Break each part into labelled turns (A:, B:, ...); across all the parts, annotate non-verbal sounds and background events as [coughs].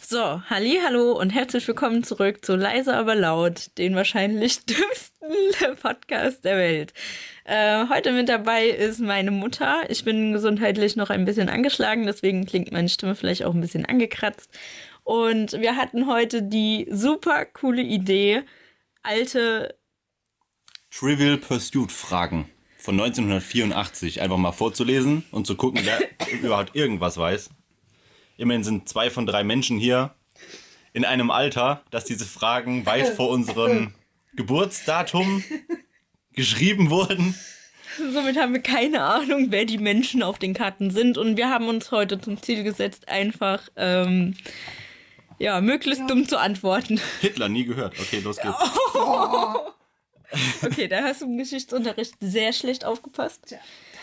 A: So, halli, hallo und herzlich willkommen zurück zu Leise aber laut, den wahrscheinlich [laughs] dümmsten Podcast der Welt. Äh, heute mit dabei ist meine Mutter. Ich bin gesundheitlich noch ein bisschen angeschlagen, deswegen klingt meine Stimme vielleicht auch ein bisschen angekratzt. Und wir hatten heute die super coole Idee, alte
B: Trivial Pursuit Fragen von 1984 einfach mal vorzulesen und zu gucken, wer überhaupt irgendwas weiß. Immerhin sind zwei von drei Menschen hier in einem Alter, dass diese Fragen weit vor unserem Geburtsdatum geschrieben wurden.
A: Somit haben wir keine Ahnung, wer die Menschen auf den Karten sind. Und wir haben uns heute zum Ziel gesetzt, einfach ähm, ja, möglichst dumm zu antworten.
B: Hitler nie gehört. Okay, los geht's.
A: Okay, da hast du im Geschichtsunterricht sehr schlecht aufgepasst.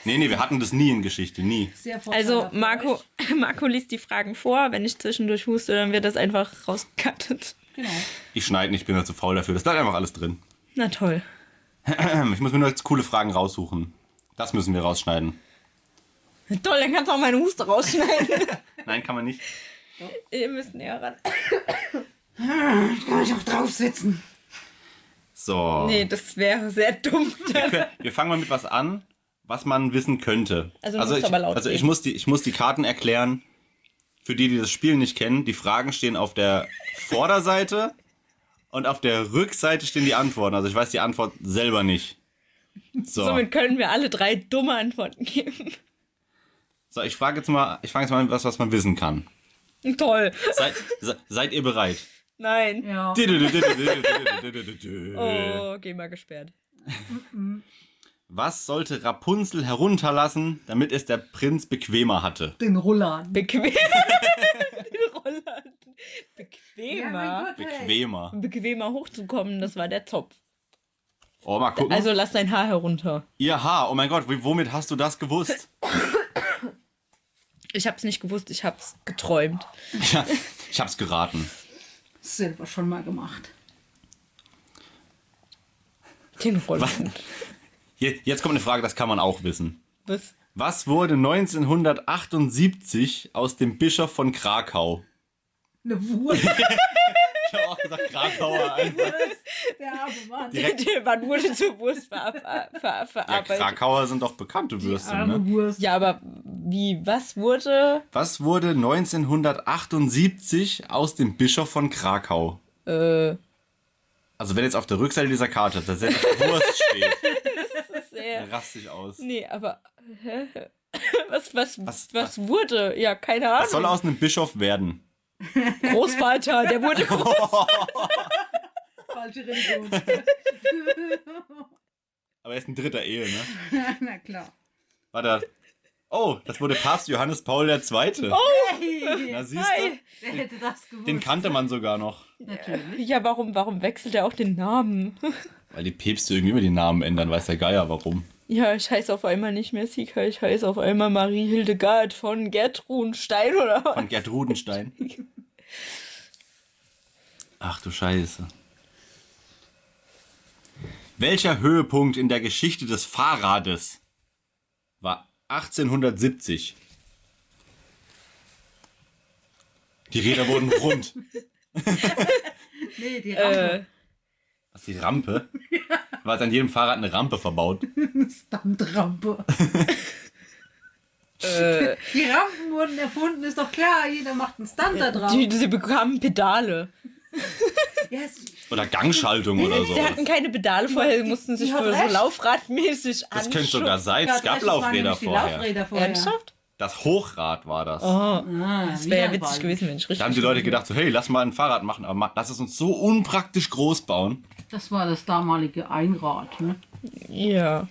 B: Nee, nee, wir hatten das nie in Geschichte, nie.
C: Sehr vorteilhaft
A: Also
C: für
A: Marco, [laughs]
C: euch.
A: Marco liest die Fragen vor. Wenn ich zwischendurch huste, dann wird das einfach rausgekattet.
C: Genau.
B: Ich schneide nicht, ich bin da zu faul dafür. Das bleibt einfach alles drin. [clears throat]
A: Na toll.
B: Ich muss mir nur jetzt coole Fragen raussuchen. Das müssen wir rausschneiden.
A: Na Toll, dann kannst du auch meine Huste rausschneiden.
B: Nein, kann man nicht.
A: [laughs] Ihr müsst näher ran.
C: Kann ich auch drauf sitzen.
B: So.
A: Nee, das wäre sehr dumm.
B: Wir fangen mal mit was an, was man wissen könnte.
A: Also du musst
B: ich,
A: aber laut
B: also ich
A: reden.
B: muss die, ich muss die Karten erklären. Für die, die das Spiel nicht kennen, die Fragen stehen auf der Vorderseite und auf der Rückseite stehen die Antworten. Also ich weiß die Antwort selber nicht. So,
A: Somit können wir alle drei dumme Antworten geben. [laughs]
B: so ich frage jetzt mal, ich frage jetzt mal was, was man wissen kann.
A: Toll.
B: Seid, se, seid ihr bereit?
A: Nein.
C: Ja.
A: Oh, geh mal gesperrt.
B: Was sollte Rapunzel herunterlassen, damit es der Prinz bequemer hatte?
C: Den
A: [laughs]
C: Rollern.
A: Bequem. Die Roller. Bequemer.
B: Bequemer.
A: Bequemer hochzukommen, das war der Zopf.
B: Oh, mal gucken.
A: Also lass dein Haar herunter.
B: Ihr Haar, oh mein Gott, wie- womit hast du das gewusst?
A: Ich hab's nicht gewusst, ich hab's geträumt.
B: Ja, ich hab's geraten.
C: Selber schon mal gemacht.
A: Den Rollen.
B: Je- Jetzt kommt eine Frage, das kann man auch wissen.
A: Was?
B: Was wurde 1978 aus dem Bischof von Krakau?
C: Eine [laughs] Wurst.
B: Ich habe auch gesagt Krakauer. Alter.
C: Der arme Mann.
B: Direkt.
A: [laughs] Wann wurde zur Wurst ver ver ver
B: Ja,
A: verarbeitet? Ja,
B: Krakauer sind doch bekannte Würste,
C: Arme
B: ne?
C: Wurst.
A: aber wie, was wurde?
B: Was wurde 1978 aus dem Bischof von Krakau?
A: Äh,
B: Also wenn jetzt auf der Rückseite dieser Karte tatsächlich Wurst steht,
A: sehr.
B: rastig aus.
A: Nee, aber. Hä? Was, was, was,
B: Was-
A: wurde? Ja, keine
B: Was soll
A: Ahnung.
B: aus einem Bischof werden?
A: Großvater, der
B: [laughs]
A: wurde.
C: Falsche [laughs] Religion.
B: Aber er ist ein dritter Ehe, ne?
C: Na klar.
B: Warte. Oh, das wurde Papst Johannes Paul II.
C: Hey,
B: Na siehst du,
A: Hi.
C: wer hätte das gewusst?
B: den kannte man sogar noch.
C: Natürlich.
A: Ja, warum, warum wechselt er auch den Namen? [laughs]
B: Weil die Päpste irgendwie immer die Namen ändern, weiß der Geier warum.
A: Ja, ich heiße auf einmal nicht mehr Sika, ich heiße auf einmal Marie Hildegard von Gertrun Stein oder was?
B: Von Gerd Rudenstein. Ach du Scheiße. Welcher Höhepunkt in der Geschichte des Fahrrades war 1870? Die Räder wurden rund.
C: Nee, die
A: Äh,
C: Rampe.
B: Was, die Rampe? War es an jedem Fahrrad eine Rampe verbaut?
C: Stammtrampe.
A: äh,
C: Die Rampen wurden erfunden, ist doch klar. Jeder macht einen
B: [laughs]
C: Stunt da drauf.
A: äh, die, sie bekamen Pedale.
C: Yes.
B: Oder Gangschaltung oder so.
A: Sie hatten keine Pedale vorher, sie mussten sich
C: die hat
A: für so
C: recht.
A: laufradmäßig
B: Das könnte sogar sein.
C: Ja,
B: Es gab
C: das waren
B: Laufräder
C: nämlich die
B: vorher.
C: Laufräder vorher.
A: Ernsthaft?
B: Das Hochrad war das.
A: Oh,
C: Ah,
A: das wäre ja witzig
C: Wiederwahl.
A: gewesen, wenn ich richtig.
B: Da haben die Leute gedacht, so, hey, lass mal ein Fahrrad machen, aber ma- lass es uns so unpraktisch groß bauen.
C: Das war das damalige Einrad. Ne?
A: Ja.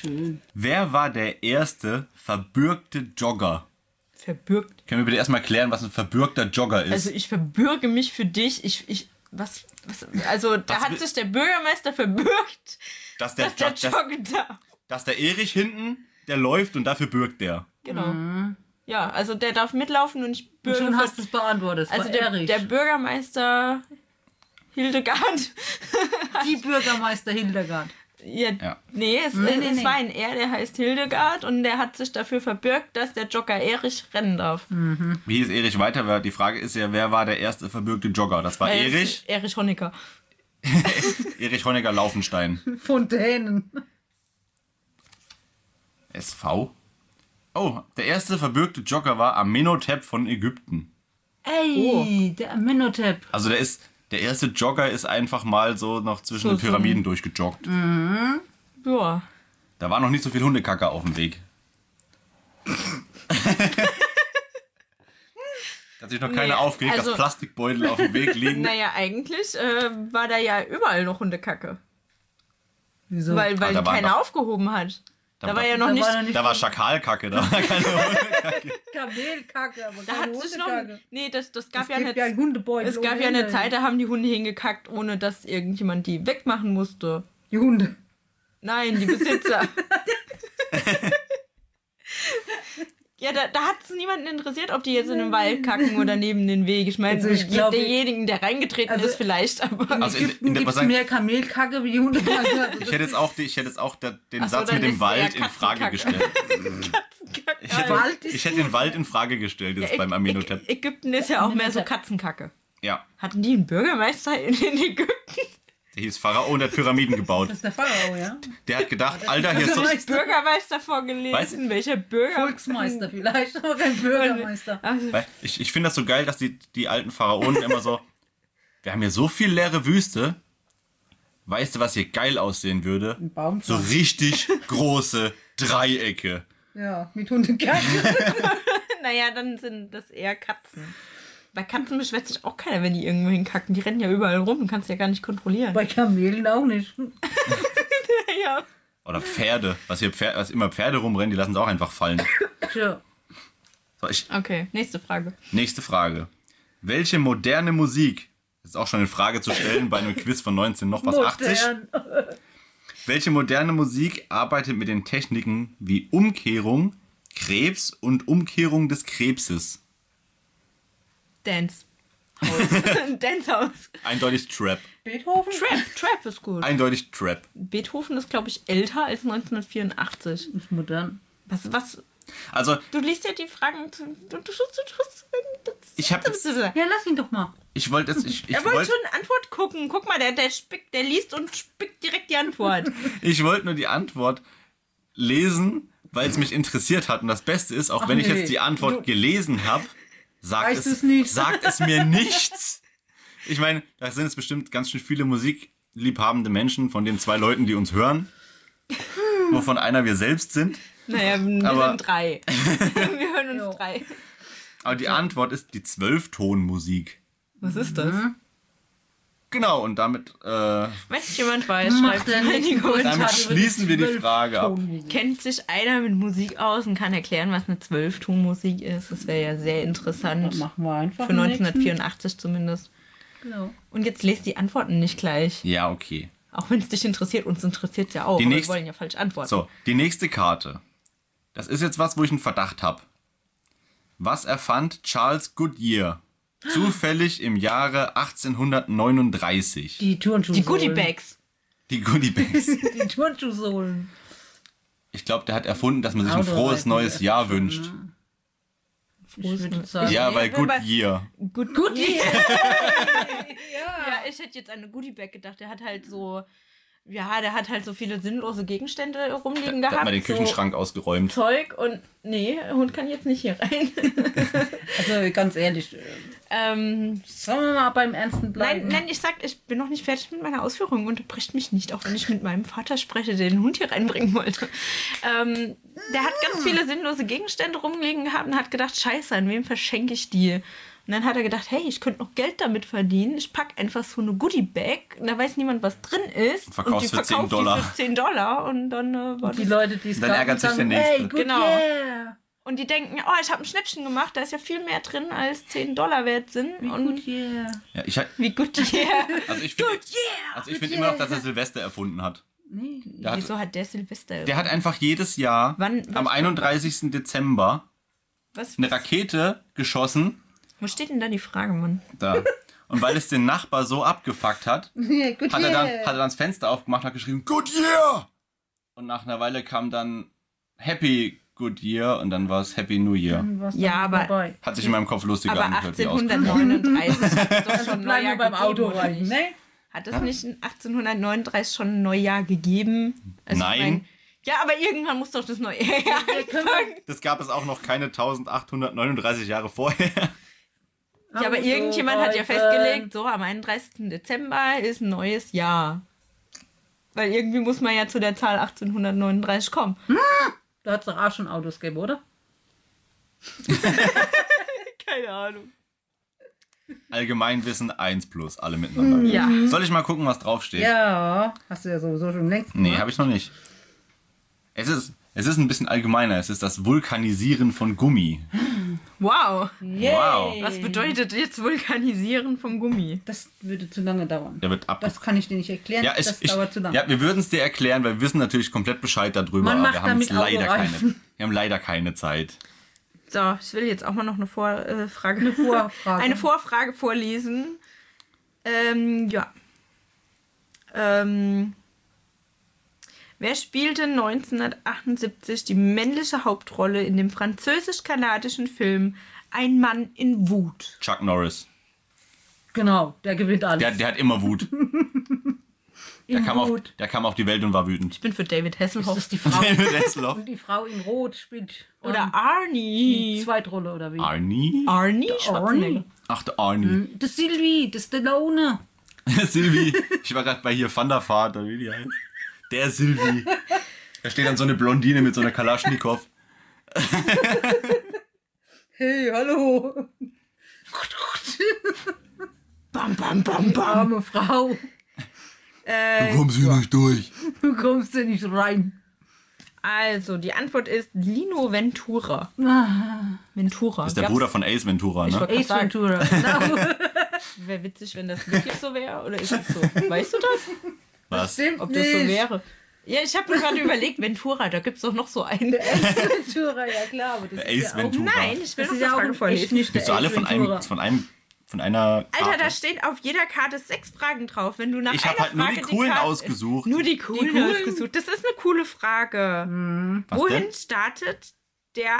C: Schön.
B: Wer war der erste verbürgte Jogger?
A: Verbürgt.
B: Können wir bitte erstmal klären, was ein verbürgter Jogger ist?
A: Also ich verbürge mich für dich. Ich, ich, was, was, also da
B: Was
A: hat
B: will-
A: sich der Bürgermeister verbürgt,
B: dass, der
A: dass der
B: Jog- dass,
A: joggen darf.
B: dass der Erich hinten, der läuft und dafür bürgt der.
A: Genau. Ja, also der darf mitlaufen und ich bürge
C: Mhm. Schon
A: für
C: hast du es beantwortet.
A: Also der, der Bürgermeister Hildegard. [laughs]
C: die Bürgermeister Hildegard.
A: Ja,
B: Ja.
A: Nee, es,
C: Nee,
A: es
C: nee,
A: ist
C: nee.
A: war ein R, der heißt Hildegard und der hat sich dafür verbürgt, dass der Jogger Erich rennen darf.
B: Hm. Wie hieß Erich weiter? Die Frage ist ja, wer war der erste verbürgte Jogger? Das war
A: Weil es- [laughs]
B: Erich,
A: Äh, Erich Honecker.
B: Erich Honecker Laufenstein.
C: Fontänen.
B: SV? Oh, der erste verbürgte Jogger war Amenhotep von Ägypten.
C: Ey, der Aminotep.
B: Also der ist, der erste Jogger ist einfach mal so noch zwischen
A: So,
B: den
A: so
B: Pyramiden durchgejoggt.
A: Ja.
B: Da war noch nicht so viel Hundekacke auf
A: [laughs]
B: dem Weg. Hat sich noch keiner
A: Nee,
B: aufgeregt,
A: also-
B: dass Plastikbeutel auf dem Weg
A: [laughs]
B: liegen.
A: Naja, eigentlich äh, war da ja überall noch Hundekacke.
C: Wieso?
A: Weil, weil
B: Ah, da waren
A: keiner
B: doch-
A: aufgehoben hat. Da,
B: Da-
A: war ja
B: da
A: noch nicht.
B: Da war
A: [laughs]
B: Schakalkacke da. war keine-
C: Kamelkacke, aber
A: Da hat sich noch. Nee, das, das gab ja eine.
C: Hundebeutel.
A: es gab
C: ohne
A: ja eine
C: Ende.
A: Zeit, da haben die Hunde hingekackt, ohne dass irgendjemand die wegmachen musste.
C: Die Hunde.
A: Nein, die Besitzer.
C: [laughs]
A: ja, da, da hat es niemanden interessiert, ob die jetzt in den Wald kacken oder neben den Weg. Ich meine,
C: Also ich
A: je-
C: glaub,
A: derjenigen, der reingetreten
C: also-
A: ist, vielleicht,
C: [laughs]
A: aber. [laughs]
B: Also in,
C: Ägypten
B: in der, was
C: gibt's
B: sagen,
C: mehr Kamelkacke
B: [laughs]
C: wie Hundekacke. Also
B: ich hätte jetzt auch, die, ich hätte jetzt auch der, den
A: Ach so,
B: Satz
A: dann
B: mit dem
A: ist der
B: Wald in Frage
A: Katzenkacke.
B: gestellt.
A: [laughs]
B: Ich hätte,
C: Wald ist
B: ich hätte den Wald in Frage gestellt jetzt beim Aminotep.
A: Ä- Ägypten ist ja auch mehr so
C: Aminotep.
A: Katzenkacke.
B: Ja,
A: Hatten die einen Bürgermeister in in Ägypten?
B: der hieß Pharao und hat Pyramiden gebaut.
C: das ist der Pharao, ja?
B: Der hat gedacht, Alter, hier ist so,
C: Bürgermeister.
A: Bürgermeister vorgelesen?
B: Weiß ich-
A: Welcher Bürger?
C: Volksmeister vielleicht, aber kein Bürgermeister.
A: Also,
B: Weil Ich, ich finde das so geil, dass die, die alten Pharaonen immer so, wir haben hier so viel leere Wüste. Weißt du, was hier geil aussehen würde?
C: Ein Baum.
B: So richtig große Dreiecke.
C: Ja, mit Hundekacke.
A: [laughs]
B: [laughs]
A: naja, dann sind das eher Katzen. Bei Katzen beschwert sich auch keiner, wenn die irgendwo hinkacken. Die rennen ja überall rum und kannst ja gar nicht kontrollieren.
C: Bei Kamelen auch nicht.
A: [laughs] ja.
B: Oder Pferde. Was hier Pferde, was immer Pferde rumrennen, die lassen es auch einfach fallen.
C: Tja.
B: So, ich,
A: Okay, nächste Frage.
B: nächste Frage. Welche moderne Musik, das ist auch schon in Frage zu stellen bei einem Quiz von 19 noch was 80,
C: Modern.
B: Welche moderne Musik arbeitet mit den Techniken wie Umkehrung, Krebs und Umkehrung des Krebses?
A: Dance. House. Dance House.
B: Eindeutig Trap.
C: Beethoven?
A: Trap. Trap ist gut.
B: Eindeutig Trap.
A: Beethoven ist, glaube ich, älter als 1984.
C: Ist modern.
A: Was, was?
B: Also,
A: Du liest ja die Fragen zu. Du, du, du, du, du,
B: ich habe jetzt,
C: Ja, lass ihn doch mal.
B: ich wollte jetzt, ich, ich
A: er wollte
B: wollte,
A: schon eine Antwort gucken. Guck mal, der, der, spickt, der liest und spickt direkt die Antwort.
B: ich wollte nur die Antwort lesen, weil es mich interessiert hat. Und das Beste ist, auch
C: Ach
B: wenn ich
C: nee.
B: jetzt die Antwort gelesen habe, sagt
C: Reicht
B: es,
C: es nicht.
B: sagt es mir nichts. Ich meine, da sind jetzt bestimmt ganz schön viele musikliebhabende Menschen von den zwei Leuten, die uns hören, wovon einer wir selbst sind.
A: Naja, wir
B: Aber-
A: sind drei. wir hören uns
C: Jo.
A: drei.
B: Aber die Antwort ist die Zwölftonmusik.
A: Was ist das?
B: Genau, und damit, äh,
A: Wenn es jemand weiß,
C: Macht
A: schreibt
C: der
A: in die
C: nächsten
A: Kommentare.
B: damit
C: Kommentar über die
B: schließen wir die
C: zwölf
B: Frage ab.
C: Tonmusik.
A: Kennt sich einer mit Musik aus und kann erklären, was eine Zwölftonmusik ist? Das wäre ja sehr interessant.
C: Dann Machen wir einfach.
A: Für
C: den nächsten.
A: 1984 zumindest.
C: Genau.
A: Und jetzt lest die Antworten nicht gleich.
B: Ja, okay.
A: Auch wenn es dich interessiert, uns interessiert ja auch.
B: Die
A: aber wir
B: nächste-
A: wollen ja falsch antworten.
B: So, die nächste Karte. Das ist jetzt was, wo ich einen Verdacht habe. Was erfand Charles Goodyear zufällig im Jahre 1839?
C: Die Turnschuhe.
A: Die Goodie Bags.
B: Die Goodie Bags.
C: Die Turnschuhsohlen.
B: Ich glaube, der hat erfunden, dass man sich ein
C: Auto
B: frohes
C: reiten,
B: neues
C: ja.
B: Jahr wünscht.
C: Ich würde sagen.
B: Ja,
A: Nee,
B: weil
A: wenn man-
B: Goodyear.
A: Good
C: Goodie.
A: Ja, ich hätte jetzt an eine Goodie Bag gedacht. Der hat halt so. Ja, der hat halt so viele sinnlose Gegenstände rumliegen
B: Da hat
A: gehabt.
B: man den
A: so
B: Küchenschrank ausgeräumt.
A: Zeug und. Nee, Hund kann jetzt nicht hier rein. [laughs]
C: Also ganz ehrlich, äh,
A: ähm,
C: sollen wir mal beim Ernsten bleiben?
A: Nein, nein, ich sag, ich bin noch nicht fertig mit meiner Ausführung. Unterbrecht mich nicht, auch wenn ich mit meinem Vater spreche, der den Hund hier reinbringen wollte. Ähm, der hat
B: Ah.
A: ganz viele sinnlose Gegenstände rumliegen gehabt und hat gedacht, scheiße, an wem verschenke ich die? Und dann hat er gedacht, hey, ich könnte noch Geld damit verdienen. Ich pack einfach so eine Goodie-Bag, da weiß niemand, was drin ist. Und
B: Verkaufst
A: die
B: für 10
A: verkauft die
B: Dollar.
A: für 10 Dollar und dann äh, war
C: Die
A: das.
C: Leute, die es
B: Dann
C: kaufen,
B: ärgert sich
C: sagen,
B: der Nächste.
C: Ey,
A: Genau.
C: genau. Yeah.
A: Und die denken, oh, ich habe ein Schnäppchen gemacht, da ist ja viel mehr drin, als 10 Dollar wert sind. und
C: Gut, yeah.
B: Ja, ich, ha-
A: wie gut [laughs] die.
B: also ich finde also ich find immer noch, dass er Silvester erfunden hat.
C: Nee.
B: Der hat,
A: Wieso hat der Silvester?
B: der hat einfach jedes Jahr
A: Wann- was-
B: am 31. Dezember
A: was,
B: eine Rakete geschossen.
A: Wo steht denn da die Frage, Mann?
B: Da. Und weil es den Nachbar so abgefuckt hat,
C: Ja, gut,
B: hat er, dann, hat
C: yeah.
B: er dann das Fenster aufgemacht und hat geschrieben, Good Year! Und nach einer Weile kam dann Happy Good Year und dann war es Happy New Year.
C: Dann war's
A: Ja,
C: dann
A: aber-
C: vorbei.
B: Hat sich in meinem Kopf lustiger
A: Aber
B: angehört, wie ausgesprochen.
A: 1839 [laughs] hat doch schon
C: Bleiben
A: Neujahr
C: wir beim Auto
A: gegeben, oder
C: rein,
A: nicht?
C: ne?
A: Hat es nicht in 1839 schon ein Neujahr gegeben? Also ich
B: Nein.
A: mein- ja, aber irgendwann muss doch das neue [laughs] Jahr
C: Wir können-
B: Das gab es auch noch keine 1839 Jahre vorher. [laughs]
A: Ja, aber
C: Auto
A: irgendjemand hat ja
C: reiten.
A: festgelegt, so am 31. Dezember ist ein neues Jahr. Weil irgendwie muss man ja zu der Zahl 1839 kommen.
C: Da hat es doch auch schon Autos gegeben, oder?
A: Keine Ahnung.
B: Allgemeinwissen 1 plus, alle miteinander.
A: Hm. Ja.
B: Soll ich mal gucken, was draufsteht?
C: Ja, hast du ja sowieso schon längst.
B: Nee, habe ich noch nicht. Es ist, es ist ein bisschen allgemeiner. Es ist das Vulkanisieren von Gummi.
A: Wow.
B: Wow.
A: Was bedeutet jetzt Vulkanisieren vom Gummi?
C: Das würde zu lange dauern.
B: Der wird ab.
C: Das kann ich dir nicht erklären.
B: ja, ich,
C: das
B: ich,
C: dauert zu lange.
B: ja, wir würden es dir erklären, weil wir wissen natürlich komplett Bescheid darüber,
C: Man
B: aber
C: macht
B: wir haben jetzt
C: damit
B: leider keine,
C: Autoreifen.
B: wir haben leider keine Zeit.
A: So, ich will jetzt auch mal noch eine Vorfrage. Äh, Frage-
C: Eine
A: [laughs]
C: Vorfrage.
A: eine Vorfrage vorlesen. Ähm, ja. Ähm, wer spielte 1978 die männliche Hauptrolle in dem französisch-kanadischen Film Ein Mann in Wut?
B: Chuck Norris.
C: Genau, der gewinnt alles.
B: Der, der hat immer
C: [laughs]
B: Wut. Der
C: in
B: kam, auf,
C: Rot.
B: der kam auf die Welt und war wütend. [laughs]
A: Ich bin für David
C: Das
A: Hasselhoff.
C: ist die Frau.
B: David Hasselhoff.
C: Und die Frau in Rot spielt ähm,
A: Oder
C: die
A: Arnie.
C: Zweitrolle oder
B: Ah,
C: wie?
B: Arnie?
A: Arnie? Schwarzenegger.
C: Arnie.
B: Ach, der Arnie.
C: Das Sylvie, das Stallone.
B: [laughs] Silvi.
C: [laughs]
B: Ich war gerade bei hier Van der Vaart, oder wie die heißt. Der
C: [laughs]
B: Silvi. Da steht dann so eine Blondine mit so einer
C: Äh,
B: Kalaschnikow.
C: Hey, hallo.
A: Bam, bam, bam, bam.
C: [laughs] Arme Frau,
A: Äh,
B: Kommen Sie nicht durch.
C: du kommst hier nicht rein.
A: also, die Antwort ist Lino Ventura.
C: Ah,
A: Ventura.
B: Ist der
A: Gab's-
B: Bruder von Ace Ventura, ne?
A: wollt-
C: Ace
A: Sag.
C: Ventura. Genau.
A: Wäre witzig, wenn das wirklich so wäre. Oder ist das so? Weißt du das?
B: Was?
C: Stimmt
A: Ob das
C: nicht.
A: so wäre? Ja, ich habe mir gerade überlegt, Ventura, da gibt es doch noch so einen.
C: [laughs] Ace Ventura, ja klar. Aber das
B: Der
C: ist
B: Ace
C: ja auch-
B: Ventura.
A: Nein, ich will noch
C: Das ist
A: eine
C: ja auch
A: Frage
C: ein echt
A: vorlesen.
C: nicht der
B: Bist du alle
C: Ace
B: von einem,
C: Ventura.
B: von einem, von einer
A: Alter, da
B: Karte?
A: stehen auf jeder Karte sechs Fragen drauf. Wenn du nach
B: Ich
A: einer
B: habe halt nur
A: Frage
B: die coolen
A: Karte-
B: ausgesucht.
A: Nur die coolen,
C: coolen?
A: ausgesucht. Das ist eine coole Frage.
B: Was
A: Wohin
B: denn?
A: startet der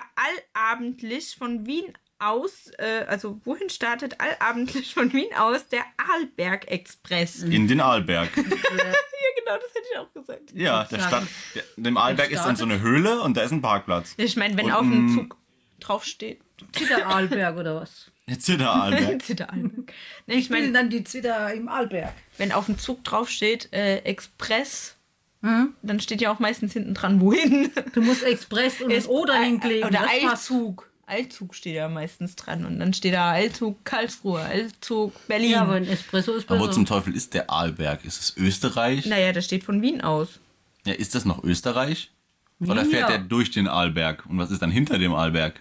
A: allabendlich von Wien aus, äh, also wohin startet allabendlich von Wien aus der Arlberg-Express?
B: In den Arlberg.
A: Ja, genau, das hätte ich auch gesagt.
B: Ja, der Stadt, der, dem Arlberg ist dann so eine Höhle und da ist ein Parkplatz.
A: Ich meine, wenn
B: Und
A: auf dem
B: ein-
A: Zug draufsteht, [laughs]
C: Zitter Arlberg oder [laughs] was?
B: Jetzt hier der Arlberg.
A: Zitteralberg. Nee, ich
C: Spielen
A: meine,
C: dann die Zitter im Arlberg.
A: wenn auf dem Zug draufsteht äh, Express, dann steht ja auch meistens hinten dran, wohin.
C: Du musst Express und
A: Ist-
C: äh, Oder
A: [laughs]
C: hinkleben.
A: Oder
C: das passt.
A: Eilzug. Eilzug steht ja meistens dran. Und dann steht da Eilzug Karlsruhe, Eilzug Berlin.
C: Ja, aber ein Espresso ist
B: Aber wo
C: besser.
B: zum Teufel ist der Arlberg? Ist es Österreich?
A: naja, das steht von Wien aus.
B: Ja, ist das noch Österreich? Oder
C: Ja.
B: fährt er durch den Arlberg? Und was ist dann hinter dem Arlberg?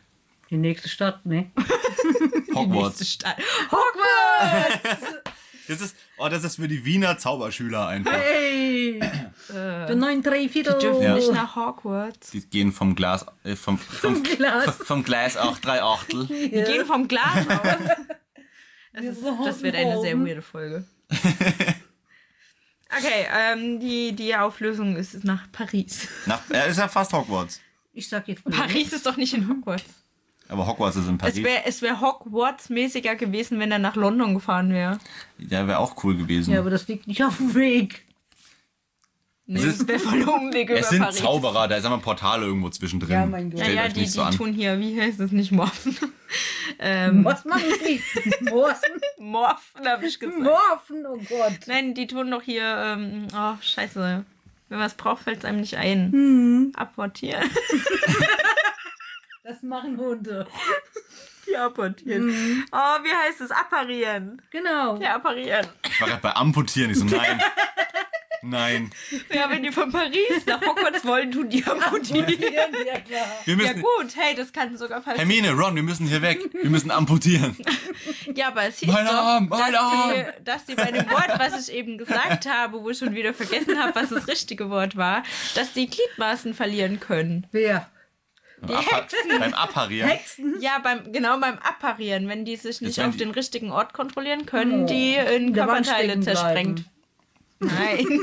C: Die nächste Stadt, ne?
A: Nächste
B: Hogwarts.
A: Stadt.
B: Das ist, oh, das ist für die Wiener Zauberschüler einfach.
C: Hey! Der neun Dreiviertel.
A: Dürfen
B: Ja.
A: nicht nach Hogwarts.
B: Die gehen vom Glas, äh, vom, vom,
C: Vom Glas.
B: vom Glas auch drei Achtel.
A: Wir gehen vom Glas aus. Das, ist,
C: sind
A: das wird eine sehr
C: oben.
A: weirde Folge. Okay, ähm, die, die Auflösung ist nach Paris.
B: Nach, ja, ist ja fast Hogwarts.
C: Ich sag jetzt nur.
A: Paris ist doch nicht in Hogwarts.
B: Aber Hogwarts ist in
A: Mhm. Es
B: Paris.
A: wäre es wär Hogwarts-mäßiger gewesen, wenn er nach London gefahren wäre.
B: Ja, wäre auch cool gewesen.
C: Ja, aber das liegt nicht auf dem Weg.
A: Nee,
B: Es ist-
A: es wäre voll der Umweg über
B: es sind
A: Paris.
B: Zauberer, da ist immer Portale irgendwo zwischendrin.
C: Ja, mein Gott.
A: Ja,
B: Stellt
A: ja,
B: euch
A: die,
B: nicht so
A: die
B: an.
A: tun hier, wie heißt es nicht, Morphen? [laughs] ähm,
C: Was machen
A: [laughs]
C: die? Morphen?
A: Morphen, habe ich gesagt.
C: Morphen, oh Gott.
A: Nein, die tun doch hier, ähm, oh, scheiße. Wenn man es braucht, fällt es einem nicht ein. Mhm. Apportieren.
C: Das machen Hunde.
A: [laughs] Die apportieren. Oh, wie heißt es? Apparieren.
C: Genau.
A: Ja, apparieren.
B: Ich war gerade bei
A: [laughs]
B: Amputieren. Ich so, nein. Nein.
A: Ja, wenn die von Paris nach Hogwarts wollen, tun [laughs] die amputieren.
C: Ja, klar.
A: Ja
B: Wir müssen,
A: gut, hey, das kann sogar passieren.
B: Hermine, Ron, wir müssen hier weg. Wir
A: [laughs]
B: müssen amputieren.
A: Ja, aber es hieß
B: Mein
A: doch,
B: Arm, mein
A: dass,
B: Arm.
A: Die, dass die bei dem Wort, was ich eben gesagt habe, wo ich schon wieder vergessen habe, was das richtige Wort war, dass die Gliedmaßen verlieren können.
C: Wer?
A: Die
B: Abha- beim Abparieren.
A: Ja, beim, genau beim Abparieren. Wenn die sich nicht
B: wenn
A: auf
B: die-
A: den richtigen Ort kontrollieren, können die in
C: der Wand
A: Körperteile
C: stecken
A: zersprengt.
C: bleiben.
A: Nein.
B: Ja,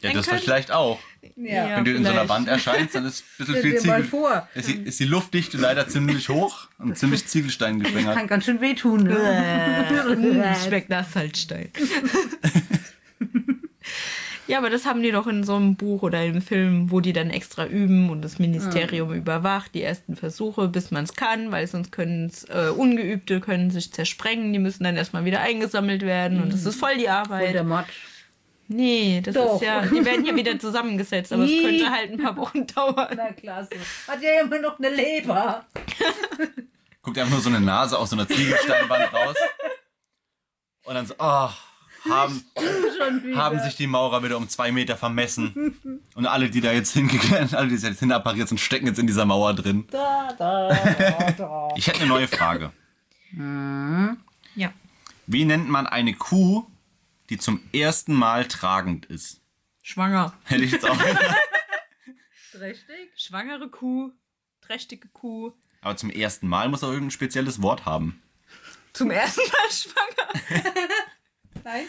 A: Dann
B: das
A: können-
B: vielleicht auch.
A: Ja.
B: Wenn du in so einer
A: vielleicht.
B: Wand erscheinst, dann ist ein bisschen
C: Stell
B: viel
C: dir mal
B: Ziegel.
C: vor.
B: Ist die, ist die Luftdichte leider ziemlich hoch und ziemlich
A: [laughs]
B: Ziegelstein
C: Kann
B: geschwängert.
C: ganz schön wehtun.
A: Äh,
C: [laughs] Ne?
A: Schmeckt nach Salzstein. [laughs] ja, aber das haben die doch in so einem Buch oder im Film, wo die dann extra üben und das Ministerium überwacht die ersten Versuche, bis man es kann, weil sonst können es äh, Ungeübte können sich zersprengen, die müssen dann erstmal wieder eingesammelt werden und das ist voll die
C: Und
A: Arbeit.
C: der Matsch.
A: Nee, das
C: Doch.
A: ist ja, die werden ja wieder zusammengesetzt, aber es
C: Ih.
A: könnte halt ein paar [laughs] Wochen dauern.
C: Na klasse. Hat ja immer noch eine Leber.
B: Guckt einfach nur so eine Nase aus so einer
C: [laughs]
B: Ziegelsteinwand raus. Und dann so, oh, haben,
C: Schon wieder.
B: haben sich die Maurer wieder um zwei Meter vermessen. Und alle, die da jetzt hingegangen, alle, die jetzt hinappariert sind, stecken jetzt in dieser Mauer drin.
C: Da,
A: [laughs]
C: da, da, da.
B: Ich hätte eine neue Frage.
A: Ja.
B: Wie nennt man eine Kuh, die zum ersten Mal tragend ist?
A: Schwanger.
B: Hätte ich jetzt auch
C: Richtig?
A: Schwangere Kuh, trächtige Kuh.
B: Aber zum ersten Mal muss er irgendein spezielles Wort haben.
A: Zum ersten Mal schwanger.
C: Nein?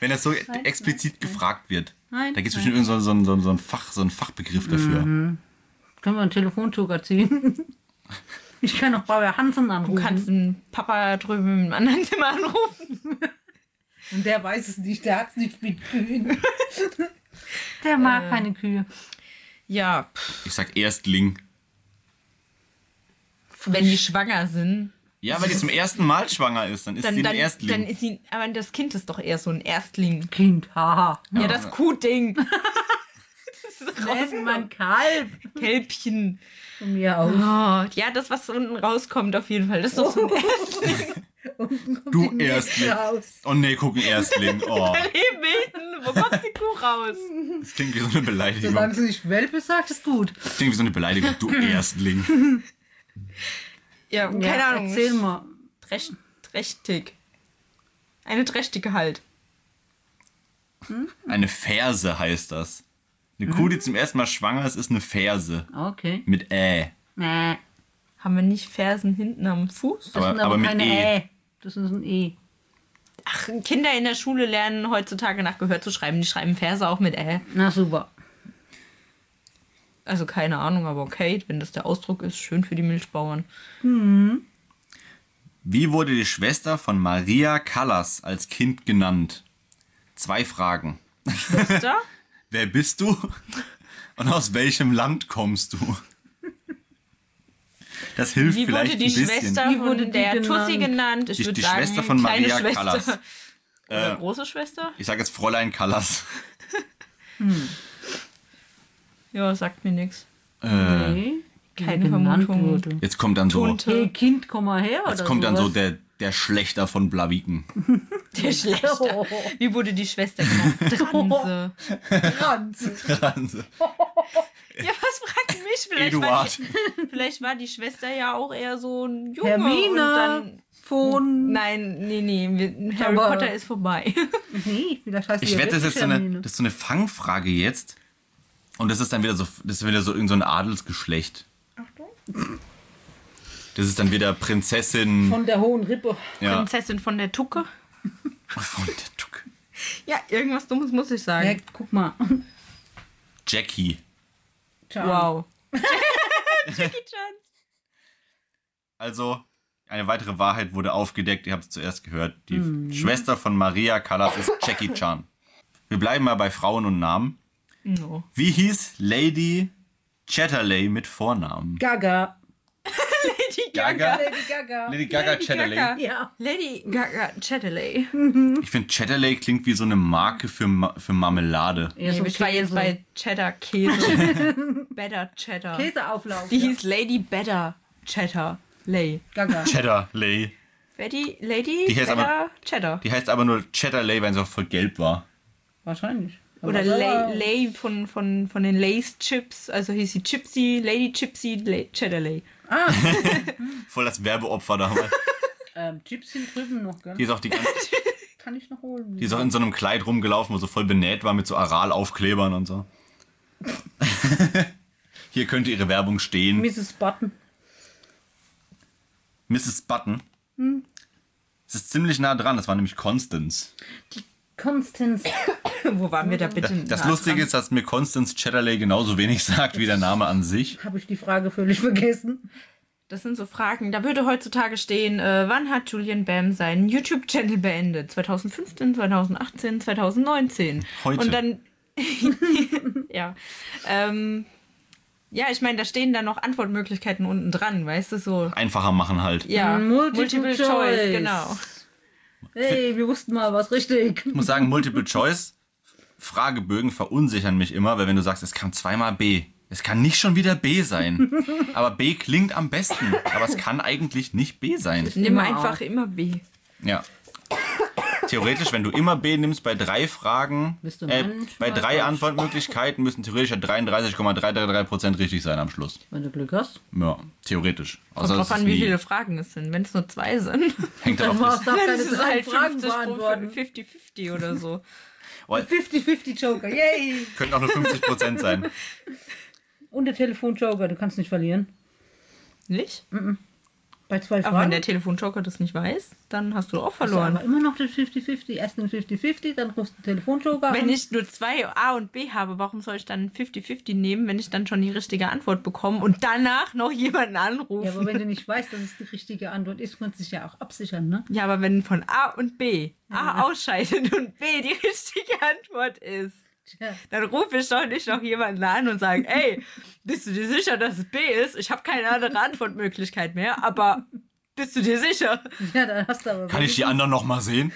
B: Wenn das so explizit gefragt wird.
C: Nein,
B: Da gibt es
C: nein.
B: bestimmt
C: Mhm.
B: irgend so, ein- so, ein- so, ein- so, ein Fach, so einen Fachbegriff dafür.
C: Können wir einen Telefonzucker ziehen? [laughs] Ich kann noch Bauer Hansen anrufen.
A: Du kannst einen Papa drüben im anderen Zimmer anrufen.
C: Und der weiß es nicht, der hat es nicht mit Kühen. [laughs] Äh. Der mag keine Kühe.
A: Ja,
B: Ich sag Erstling.
A: wenn die schwanger sind,
B: Ja, weil die zum ersten Mal schwanger ist, dann ist
A: dann,
B: sie ein
A: dann,
B: Erstling.
A: dann ist sie. Aber das Kind ist doch eher so ein Erstling.
C: Kind, haha.
A: Ja, das Kuhding. Das ist
C: Nennt
A: rausgekommen.
C: man Kalb.
A: Kälbchen.
C: Von mir aus.
A: Oh, ja, das, was unten rauskommt, auf jeden Fall. Das ist doch so ein
B: du Erstling.
C: raus.
B: Oh nee, guck,
A: [laughs]
B: ein Erstling. Oh,
A: Hebelten. Wo kommt die Kuh raus?
B: das klingt wie so eine
C: Solange
B: Beleidigung.
C: sie nicht Welpe sagt, ist gut.
B: Das klingt wie so eine Beleidigung. Du Erstling.
A: Ja, keine
C: Ja,
A: Ahnung.
C: Erzähl mal.
A: Trächt, trächtig. Eine trächtige halt.
B: Eine Ferse heißt das. Eine Kuh, die zum ersten Mal schwanger ist, ist eine Ferse.
C: Okay.
B: Mit Ä.
C: Nee.
A: Haben wir nicht Fersen hinten am Fuß?
C: Das
B: Aber-
C: sind
B: aber mit
C: keine
B: E.
C: Ä. Das ist ein E.
A: Ach, Kinder in der Schule lernen heutzutage nach Gehör zu schreiben. Die schreiben Verse auch mit L.
C: Na super.
A: Also keine Ahnung, aber okay, wenn das der Ausdruck ist, schön für die [laughs] Milchbauern.
B: Wie wurde die Schwester von Maria Callas als Kind genannt? Zwei Fragen.
A: Da?
B: Wer bist du? [laughs] Und aus welchem Land kommst du? Das hilft
A: Wie
B: vielleicht
A: wurde die
B: ein bisschen.
A: Schwester
C: Wie
A: von
C: wurde die
A: der Tussi
C: genannt?
A: genannt? Ich
B: Die-
A: würde
B: die
A: sagen,
B: Schwester von
A: kleine
B: Maria
A: Schwester.
B: Callas.
A: [laughs]
B: Äh.
A: Oder große Schwester?
B: Ich sage jetzt Fräulein Callas.
A: Ja, sagt mir nichts.
B: Äh,
C: Nee. Wie
A: Keine
C: genannt
A: Vermutung.
C: Wurde.
B: jetzt kommt dann so,
A: Tunte.
C: Hey Kind, komm mal her.
B: jetzt
C: oder
B: kommt dann so
C: sowas.
B: der, der Schlechter von
C: [laughs]
B: Blaviken.
A: [laughs] Der Schlechter. [laughs]
C: Oh. [laughs]
A: Wie wurde die Schwester [laughs] genannt? Transe.
C: Franz.
A: Ja, was fragt mich? Vielleicht
B: Eduard.
A: War die, [laughs] vielleicht war die Schwester ja auch eher so ein Junge. Und
C: Hermine
A: dann,
C: von.
A: nein, nee, nee. Wir, Harry
C: Aber-
A: Potter ist vorbei.
C: Nee, vielleicht heißt die
B: Ich
C: ja
B: wette, das ist, jetzt
C: wirklich
B: so eine,
C: Hermine.
B: das ist so eine Fangfrage jetzt. Und das ist dann wieder so, das ist wieder so irgend so ein Adelsgeschlecht. Das ist dann wieder Prinzessin
C: Von der hohen Rippe.
A: [laughs]
B: ja,
A: Prinzessin von der Tucke.
B: [laughs] von der Tuck.
A: Ja, irgendwas Dummes muss ich sagen.
C: Ja, guck mal.
B: Jackie.
C: [laughs] Ciao.
A: Wow. [laughs] Jackie Chan.
B: Also, eine weitere Wahrheit wurde aufgedeckt. Ihr habt es zuerst gehört. Die
C: Hm.
B: Schwester von Maria Callas ist Jackie Chan. Wir bleiben mal bei Frauen und Namen.
A: No.
B: Wie hieß Lady Chatterley mit Vornamen?
C: Gaga.
A: Lady
B: Gaga?
C: Lady Gaga.
B: Lady Gaga
A: Lady
B: Chatterley.
A: Gaga.
C: Ja.
A: Lady Gaga Chatterley.
B: Ich finde, Chatterley klingt wie so eine Marke für, Ma für Marmelade.
C: Ja,
A: Nee,
C: so
A: ich war jetzt
C: Käse.
A: bei Cheddar Käse. [laughs] Better Cheddar.
C: Käseauflauf.
A: Die
C: ja.
A: hieß Lady Better Cheddar Lay.
C: Gaga.
B: Chatterley.
A: Betty, Lady
B: Die heißt
A: Better
B: aber-
A: Cheddar.
B: Die heißt aber nur Chatterley, weil sie auch voll gelb war.
C: Wahrscheinlich.
A: Oder
C: Aber-
A: Lay, Lay von, von, von den Lay's Chips. Also hieß sie Chipsy, Lady Chipsy, Lay, Cheddar Lay.
B: Voll das Werbeopfer damals.
C: Ähm, Chips sind drüben noch, gell?
B: Die ist auch, die, ganz-
C: Kann ich noch
B: die
C: holen.
B: ist auch in so einem Kleid rumgelaufen, wo so voll benäht war mit so Aral-Aufklebern und so. Hier könnte ihre Werbung stehen.
C: Mrs. Button.
B: Mrs. Button.
A: Hm.
B: Es ist ziemlich nah dran, das war nämlich Constance.
C: Constance. [coughs]
A: Wo waren wir da bitte?
B: Das
A: nah
B: Lustige
A: dran?
B: ist, dass mir Constance Chatterley genauso wenig [laughs] sagt wie der Name an sich.
C: Habe ich die Frage völlig vergessen.
A: Das sind so Fragen. Da würde heutzutage stehen, äh, wann hat Julian Bam seinen YouTube-Channel beendet? 2015, 2018, 2019.
B: Heute.
A: Und dann. [laughs] ja. Ähm, ja, ich meine, da stehen dann noch Antwortmöglichkeiten unten dran, weißt du so.
B: Einfacher machen halt.
A: Ja, genau.
C: Hey, wir wussten mal was richtig.
B: Ich muss sagen, Multiple Choice Fragebögen verunsichern mich immer, weil wenn du sagst, es kam zweimal B, es kann nicht schon wieder B
A: [laughs]
B: sein. Aber B klingt am besten, aber es kann eigentlich nicht B sein.
A: Nimm
C: Immer
A: einfach
C: auch.
A: immer B.
B: Ja. Theoretisch, wenn du immer B nimmst bei drei Fragen,
C: Bist du
B: äh,
C: manchmal
B: bei drei
C: falsch.
B: Antwortmöglichkeiten müssen theoretisch ja 33,333% richtig sein am Schluss.
C: Wenn du Glück hast,
B: Ja, theoretisch.
A: Kommt
B: Außer
A: drauf
B: Also es ist
A: an, wie
B: nie-
A: viele Fragen es sind. Wenn es nur zwei sind,
B: Hängt
C: [laughs]
B: drauf.
C: dann brauchst du auch
A: dann
C: keine
A: ist es
C: drei
A: halt
C: Fragen
A: 50 pro
C: beantworten.
A: 50-50 oder
C: [laughs]
A: so.
C: 50-50 Joker, yay!
B: [laughs] Könnten auch nur
A: [laughs]
B: 50% sein.
C: Und der Telefon-Joker, du kannst nicht verlieren.
A: Nicht?
C: Hm, Bei zwei
A: Aber wenn
C: Fragen.
A: der Telefonjoker das nicht weiß, dann hast du auch
C: hast du
A: verloren.
C: aber immer noch den 50-50, erst den 50-50, dann rufst du den Telefon-Joker
A: Wenn
C: an.
A: ich nur zwei A und B habe, warum soll ich dann 50-50 nehmen, wenn ich dann schon die richtige Antwort bekomme und danach noch jemanden anrufen?
C: Ja, aber wenn du nicht weißt, dass es die richtige Antwort ist, kannst du dich ja auch absichern, ne?
A: wenn von A und B A ausscheidet und B die richtige Antwort ist,
C: Tja, [laughs]
A: dann rufe ich doch nicht noch jemanden an und sage, ey, bist du dir sicher, dass es B ist? Ich habe keine andere Antwortmöglichkeit mehr, aber bist du dir sicher?
C: ja dann hast du aber,
B: Kann ich die anderen nochmal sehen?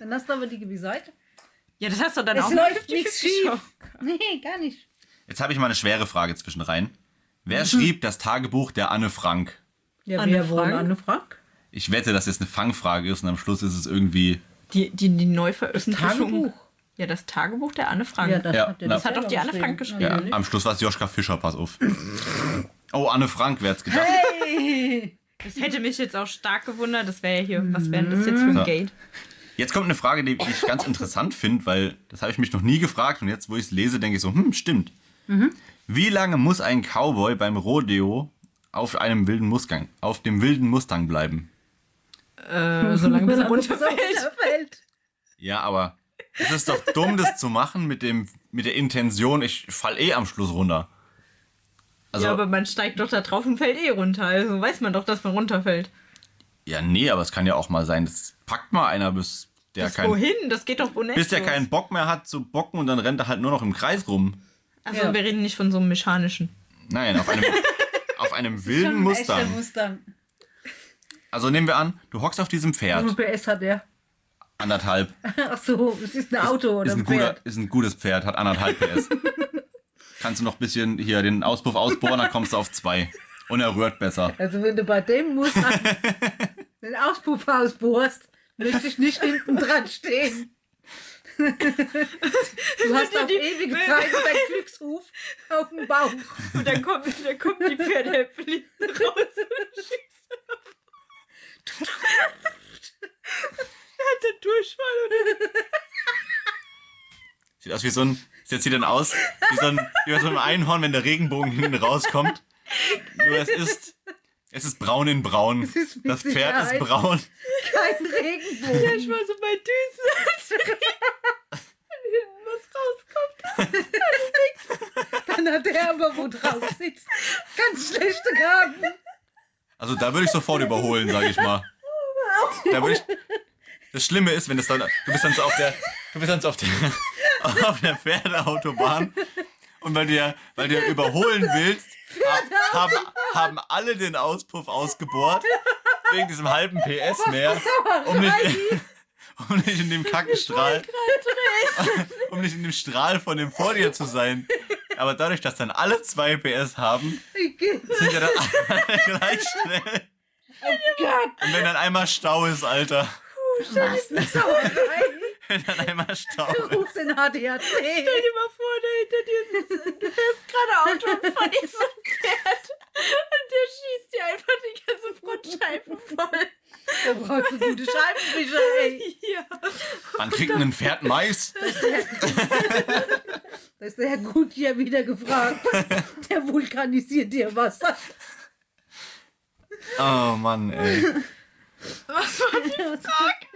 C: dann hast du aber die Gewissheit.
A: Ja, das hast du dann
C: Es
A: auch mal
C: läuft
A: 50-50
C: nichts schief.
A: schon.
C: Nee, gar nicht.
B: Jetzt habe ich mal eine schwere Frage zwischenrein. Wer schrieb das Tagebuch der Anne Frank?
C: Ja,
A: Anne
C: wer wohl
A: Frank?
C: Anne Frank?
B: Ich wette, dass jetzt eine Fangfrage ist und am Schluss ist es irgendwie.
A: Die, die, die Neuveröffentlichung.
C: Tagebuch.
A: Ja, das Tagebuch der Anne Frank.
C: Ja, das
B: Ja,
C: hat, der
B: na-
C: selber
A: Das hat doch die Anne Frank geschrieben.
B: Ja,
C: Natürlich.
B: am Schluss war es Joschka Fischer, pass auf. Oh, Anne Frank, wer hätte gedacht?
C: Hey!
A: Das hätte mich jetzt auch stark gewundert. Das wäre ja hier, was wäre denn das jetzt für ein
B: Ja.
A: Gate?
B: Jetzt kommt eine Frage, die ich ganz interessant finde, weil das habe ich mich noch nie gefragt und jetzt, wo ich es lese, denke ich so, hm, stimmt. Wie lange muss ein Cowboy beim Rodeo auf einem wilden Mustang, auf dem wilden Mustang bleiben?
A: Äh, solange
B: [laughs]
A: bis er runterfällt.
C: runterfällt.
B: Ja, aber es ist doch dumm, das zu machen mit, dem, mit der Intention, ich fall eh am Schluss runter. Also,
A: Ja, aber man steigt doch da drauf und fällt eh runter. Also weiß man doch, dass man runterfällt.
B: ja, nee, aber es kann ja auch mal sein, das packt mal einer, bis der,
A: Das
B: kein,
A: wohin? Das geht doch unendlich.
B: bis der keinen Bock mehr hat zu bocken und dann rennt er halt nur noch im Kreis rum.
A: Also
C: Ja.
A: wir reden nicht von so einem mechanischen.
B: Nein, auf
C: [laughs]
B: einem, auf einem wilden
C: Schon ein echter
B: Mustang.
C: Mustang.
B: Also nehmen wir an, du hockst auf diesem Pferd,
C: Wie viel PS hat der?
B: anderthalb.
C: Ach so, es ist ein Auto oder
B: Ist ein,
C: ein
B: guter,
C: Pferd.
B: ist ein gutes Pferd, hat anderthalb
C: [laughs]
B: PS. Kannst du noch ein bisschen hier den Auspuff ausbohren, dann kommst du auf zwei. Und er rührt besser.
C: Also wenn du bei dem Mustang den Auspuff ausbohrst, möchte ich nicht hinten dran stehen. Du hast auf ewige Zeit deinen Glücksruf auf dem Bauch.
A: Und dann kommt, dann kommt die Pferdehälfte raus und schießt auf. [laughs] Er hat den Durchfall oder
B: Sieht aus wie so ein. Jetzt sieht dann aus wie so ein, wie bei so ein Einhorn, wenn der Regenbogen hinten rauskommt. Nur es ist. Es ist braun in braun. Das,
C: ist mit
B: Pferd ist
C: Sicherheit-
B: braun.
C: Kein Regenbogen.
A: ich war so bei Düsen. Und hinten was rauskommt.
C: Dann hat der aber, wo drauf sitzt, ganz schlechte Karten.
B: Also da würde ich sofort überholen, sage ich mal. Da würde ich. Das Schlimme ist, wenn das dann. Du bist dann so auf der. Du bist dann so auf der. [laughs] Auf der Pferdeautobahn. Und weil du ja, weil du ja überholen willst, ha- haben, haben alle den Auspuff ausgebohrt. Wegen diesem halben PS mehr. Um nicht, [laughs] um nicht in dem Kackenstrahl. [laughs] Um nicht in dem Strahl von dem vor dir zu sein. Aber dadurch, dass dann alle zwei PS haben,
C: Ich geh-
B: sind ja dann alle [laughs] gleich schnell. Und wenn dann einmal Stau ist, Alter.
C: Sauerei.
B: Wenn dann einmal Stau ist.
C: Ruf den HDAC.
A: Stell dir mal vor, da hinter dir sitzt, du fährst gerade Auto und von diesem Pferd. Und der schießt dir einfach die ganze Frontscheiben voll.
C: Da brauchst du gute Scheibenwischer, ey.
A: Ja.
B: Man kriegt ein Pferd Mais.
C: Da ist der Herr
B: Hm.
C: Kutja
B: [laughs]
C: wieder gefragt. der vulkanisiert dir Wasser.
B: Oh Mann, ey.
A: Was war die Frage?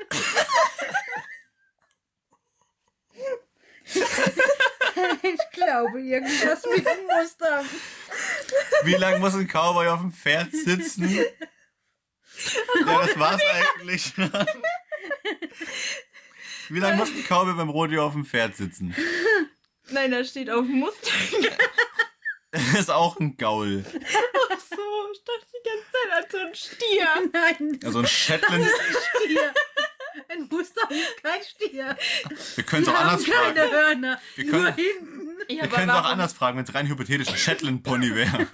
C: Ich glaube, irgendwas mit dem Muster.
B: Wie lange muss ein Cowboy auf dem Pferd sitzen? Ja, das war's eigentlich. [laughs] Wie lange muss ein Cowboy beim Rodeo auf dem Pferd sitzen?
A: Nein, da steht auf Muster.
B: Das [laughs] ist auch ein Gaul.
A: Ach so, ich dachte die ganze Zeit an so einen Stier.
C: Nein,
B: Also ein Shetland.
C: Stier. Ein Muster ist kein Stier.
B: Wir können es
C: Die
B: auch
C: haben
B: anders
C: keine
B: fragen.
C: Hörner.
B: Wir
C: Nur
B: können-
C: hinten.
A: Ja,
B: Wir können es auch anders fragen, wenn es rein hypothetisch ein Shetland-Pony
A: [laughs]
B: wäre.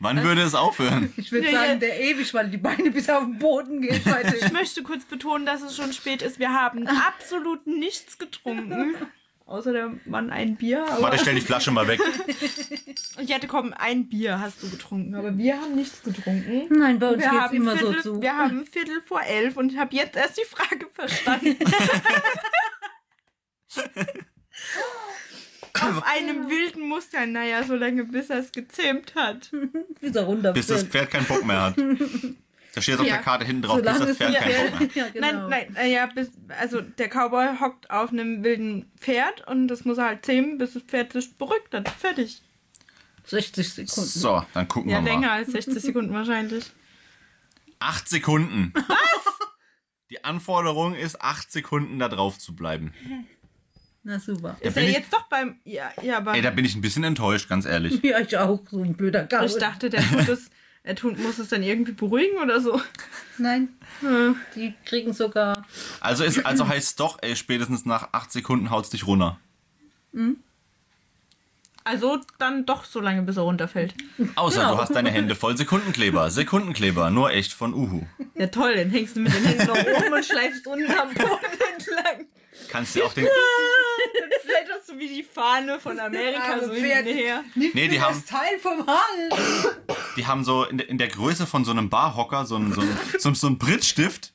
B: Wann würde es aufhören?
C: Ich würde
A: Ja, ja.
C: sagen, der ewig, weil die Beine bis auf den Boden gehen. Weiter.
A: Ich möchte kurz betonen, dass es schon spät ist. Wir haben absolut nichts getrunken. Außer der Mann ein Bier. Aber
B: Warte, stell die Flasche mal weg.
A: ich hätte kommen, ein Bier hast du getrunken. Aber wir haben nichts getrunken.
C: Nein, bei uns
A: Wir
C: geht's
A: haben,
C: immer so
A: Viertel,
C: zu.
A: wir haben Viertel vor elf und ich habe jetzt erst die
C: [laughs]
A: Frage verstanden. Auf einem wilden Muster, naja, so lange bis er es gezähmt hat.
C: Dieser runder
B: Bis das
C: Pferd.
B: Pferd keinen Bock mehr hat. Da steht es auf
A: Ja.
B: der Karte hinten drauf, bis
C: Solange
B: das
C: es
B: Pferd
C: ein
B: keinen Bock mehr hat.
C: Pferd- Ja, genau.
A: Nein, nein, äh, ja, bis, also der Cowboy hockt auf einem wilden Pferd und das muss er halt zähmen, bis das Pferd sich beruhigt hat. Fertig.
C: 60 Sekunden.
B: So, dann gucken
A: Ja,
B: wir mal.
A: länger als 60 Sekunden wahrscheinlich.
B: Acht Sekunden. Was? Die Anforderung ist, acht Sekunden da drauf zu bleiben.
C: Na super.
B: Da
A: Ist er
B: bin, ich,
A: jetzt doch beim. Ja, ja aber
B: ey, da bin ich ein bisschen enttäuscht, ganz ehrlich.
C: Ja, ich auch, so ein blöder Gaul.
A: ich dachte, der tut es, er tut, muss es dann irgendwie beruhigen oder so.
C: Nein, die kriegen sogar...
B: Also, ist, also heißt es doch, ey, spätestens nach acht Sekunden haut's dich runter.
A: Also dann doch so lange, bis er runterfällt.
B: Außer
C: Genau.
B: du hast deine Hände voll
C: [laughs]
B: Sekundenkleber. Sekundenkleber, nur echt von Uhu.
A: Ja toll, dann hängst du mit den Händen noch oben und schleifst unten am Boden [laughs] entlang.
B: Kannst dir auch den.
A: Vielleicht auch so wie die Fahne von Amerika, so
C: Arme Pferd. [laughs]
A: hinterher.
C: Nicht
B: Nee, die haben-
C: Teil vom Hals.
B: Die haben so in der, in der Größe von so einem Barhocker so einen, so einen, so einen, so einen Brittstift.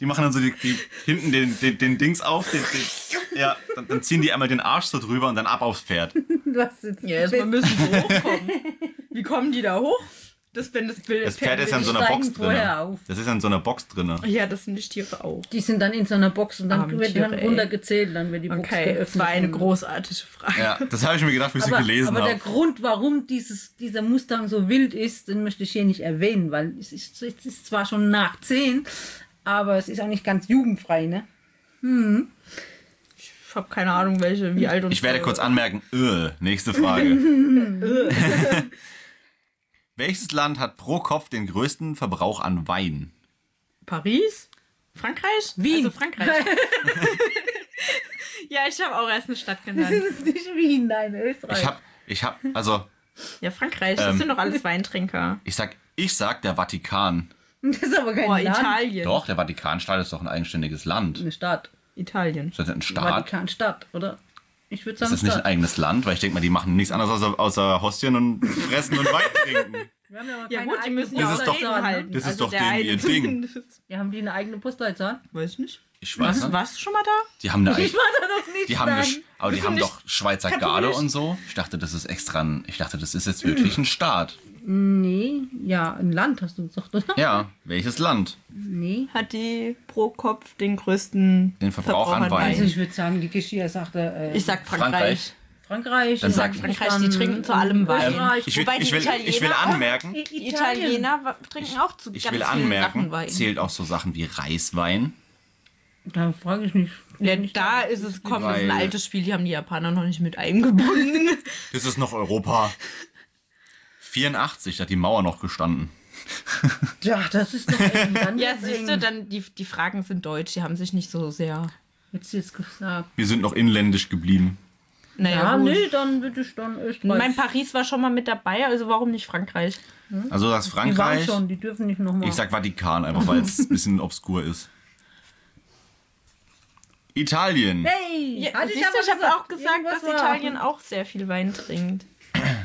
B: Die machen dann so die, die, hinten den, den, den Dings auf. Den, den, ja, dann, dann ziehen die einmal den Arsch so drüber und dann ab aufs Pferd.
C: Was jetzt?
A: Ja, erstmal müssen sie hochkommen. Wie kommen die da hoch? Das, wenn das Bild
B: Das Pferd ist ja in so einer
C: steigen
B: Box
C: vorher auf.
B: drin. Das ist ja in so einer Box drin.
A: Ja, das sind die Tiere auch.
C: Die sind dann in so einer Box und dann
A: Arme
C: wird
A: Tiere,
C: dann
A: ey.
C: runtergezählt, dann wird die Box
A: Okay,
C: geöffnet.
A: das war eine
C: und-
A: großartige Frage.
B: Ja, das habe ich mir gedacht, wie ich sie
C: aber,
B: gelesen
C: aber der
B: habe.
C: Grund, warum dieses, dieser Mustang so wild ist, den möchte ich hier nicht erwähnen, weil es ist, es ist zwar schon nach 10, aber es ist auch nicht ganz jugendfrei, ne?
A: Ich habe keine Ahnung, welche, wie alt und
B: Ich werde
A: so.
B: kurz anmerken, öh, nächste
A: [laughs]
B: Frage. [laughs] Welches Land hat pro Kopf den größten Verbrauch an Wein?
A: Paris? Frankreich?
C: Wien.
A: Also
C: [laughs]
A: Frankreich. ja, ich habe auch erst eine Stadt
C: Das
A: genannt.
C: ist nicht Wien, nein, Österreich.
B: Ich hab, ich hab, also,
A: Ja, Frankreich. Das
B: Ähm.
A: sind doch alles Weintrinker.
B: ich sag, ich sag der Vatikan.
C: das ist aber kein
A: Boah,
C: Land.
A: Italien.
B: Doch, der Vatikanstaat ist doch ein eigenständiges Land.
C: Eine Stadt.
A: Italien.
B: Ist das ein Staat?
C: Vatikanstadt, oder? Ich würde
B: Ist
C: sagen,
B: das nicht ein
C: Stadt.
B: eigenes Land? Weil ich denke mal, die machen nichts anderes außer, außer Hostien und fressen und Wein trinken.
C: Wir haben ja, aber
A: Ja
C: keine
A: gut, die
C: eigene
A: müssen ja
B: Das
A: auch Reden
B: ist doch-
C: Postleitzahl, ne?
A: halten. Also
B: das ist doch
A: der
B: denen
A: eine- [laughs]
B: ihr Ding.
C: Ja, haben die eine eigene Postleitzahl?
A: Weiß nicht. Hm.
B: Ich weiß
A: Was,
B: nicht.
A: warst du schon mal da?
B: Die haben eine
C: Ich
B: eigene.
C: war da noch nicht
B: Die haben eine, Sch-
C: dran.
B: aber die
A: Bist du
B: haben
A: nicht
B: doch Schweizer
A: katholisch?
B: Garde und so. Ich dachte, das ist extra ein, ich dachte, das ist jetzt wirklich ein Staat.
C: Nee, ja, ein Land hast du gesagt, oder?
B: Ja, welches Land?
C: Nee.
A: Hat die pro Kopf den größten
B: Den Verbrauch an Wein.
C: Also ich würde sagen, die Geschirr sagte äh,
A: Ich sag Frankreich.
B: Frankreich.
C: Frankreich.
B: Dann sag-
A: Frankreich, die trinken zu allem Wein.
B: Ähm,
C: Österreich.
B: ich, will,
A: Wobei die
B: ich, will, ich will
A: Italiener auch-
B: anmerken,
A: Die Italiener wa- trinken auch zu
B: ich
A: ganz
B: will
A: vielen Sachen
B: anmerken,
A: Wein.
B: zählt auch so Sachen wie Reiswein.
C: Da frage ich mich.
A: Ja, da ist es, komm, das ist ein
B: Weil-
A: altes Spiel, die haben die Japaner noch nicht mit [laughs] eingebunden.
B: Das ist noch Europa. 84, da hat die Mauer noch gestanden.
C: Ja, das ist doch
A: [laughs]
C: eng. Dann
A: ja,
C: wird's
A: siehst du,
C: eng.
A: dann, die, die Fragen sind deutsch, die haben sich nicht so sehr.
C: Hättest du jetzt gesagt.
B: Wir sind noch inländisch geblieben.
A: Naja,
C: Ja,
A: gut.
C: nee, dann würde ich dann Österreich.
A: Mein Paris war schon mal mit dabei, also warum nicht Frankreich?
B: Also das
C: die waren
B: Frankreich.
C: schon, die dürfen nicht nochmal.
B: Ich sag Vatikan, einfach weil es ein bisschen obskur ist. Italien.
C: hey,
A: Ja,
C: hatte
A: siehst du,
C: aber
A: ich habe
C: gesagt,
A: auch gesagt,
C: irgendwas
A: dass
C: war.
A: Italien auch sehr viel Wein trinkt.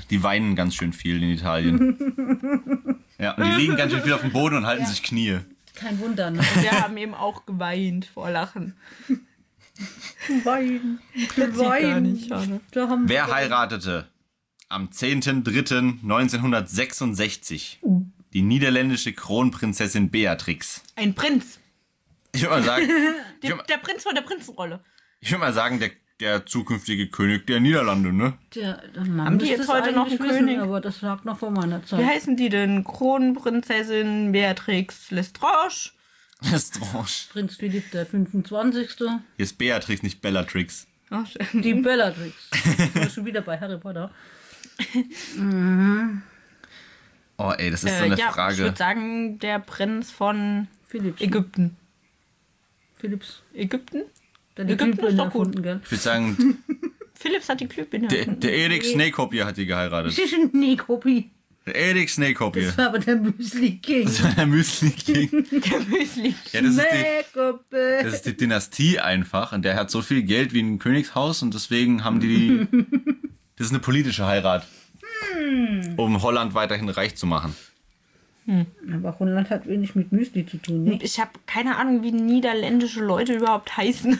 B: Die weinen ganz schön viel in Italien. Ja, und die liegen ganz schön viel auf dem Boden und halten sich Knie.
C: Kein Wunder, ne?
A: Wir haben eben auch geweint vor Lachen.
C: Wein. Der
A: sieht gar
C: Wein.
A: nicht, schade.
C: Da haben
B: Wer
C: wir-
B: heiratete am 10.03.1966 die niederländische Kronprinzessin Beatrix?
A: Ein Prinz.
B: Ich würde mal sagen, ich
A: Der,
B: würde mal,
A: der Prinz von der Prinzenrolle.
B: ich würd mal sagen der, der zukünftige König der Niederlande, ne?
C: Tja, man
A: Haben die
C: müsste
A: jetzt
C: es
A: heute noch
C: eigentlich
A: einen
C: wissen,
A: König?
C: Aber das lag noch vor meiner
A: Wie
C: Zeit.
A: heißen die denn? Kronprinzessin Beatrix Lestrange.
B: Das ist strange.
C: Prinz Philipp der 25.
B: Hier ist Beatrix, nicht Bellatrix.
A: Ach,
C: Die
A: Hm. [laughs]
C: Bellatrix. Ich bin schon wieder bei Harry Potter.
B: Oh ey, das ist so
A: äh,
B: eine
A: ja, ich
B: Frage.
A: würde sagen, der Prinz von
C: Philipps.
A: Ägypten.
C: Philipps.
A: Ägypten?
C: Der hat die
A: Ägypten ist
C: Glühbirne
A: doch gut.
C: erfunden, gell?
B: Ich würde sagen,
A: Philips hat die Glühbirne.
B: der, der Erik Schneekopier hat die geheiratet.
C: Nee, Kopi.
B: Der Erik Schneekopier.
C: Das war aber der Müsli King.
B: [laughs] Der Müsli King.
A: [laughs] Der Müsli.
B: Ja, das ist die,
C: Schneekoppe.
B: Das ist die Dynastie einfach und der hat so viel Geld wie ein Königshaus und deswegen haben die.
C: [laughs]
B: Das ist eine politische Heirat. Um Holland weiterhin reich zu machen.
C: Aber Holland hat wenig mit Müsli zu tun. Ne?
A: Ich habe keine Ahnung, wie niederländische Leute überhaupt heißen.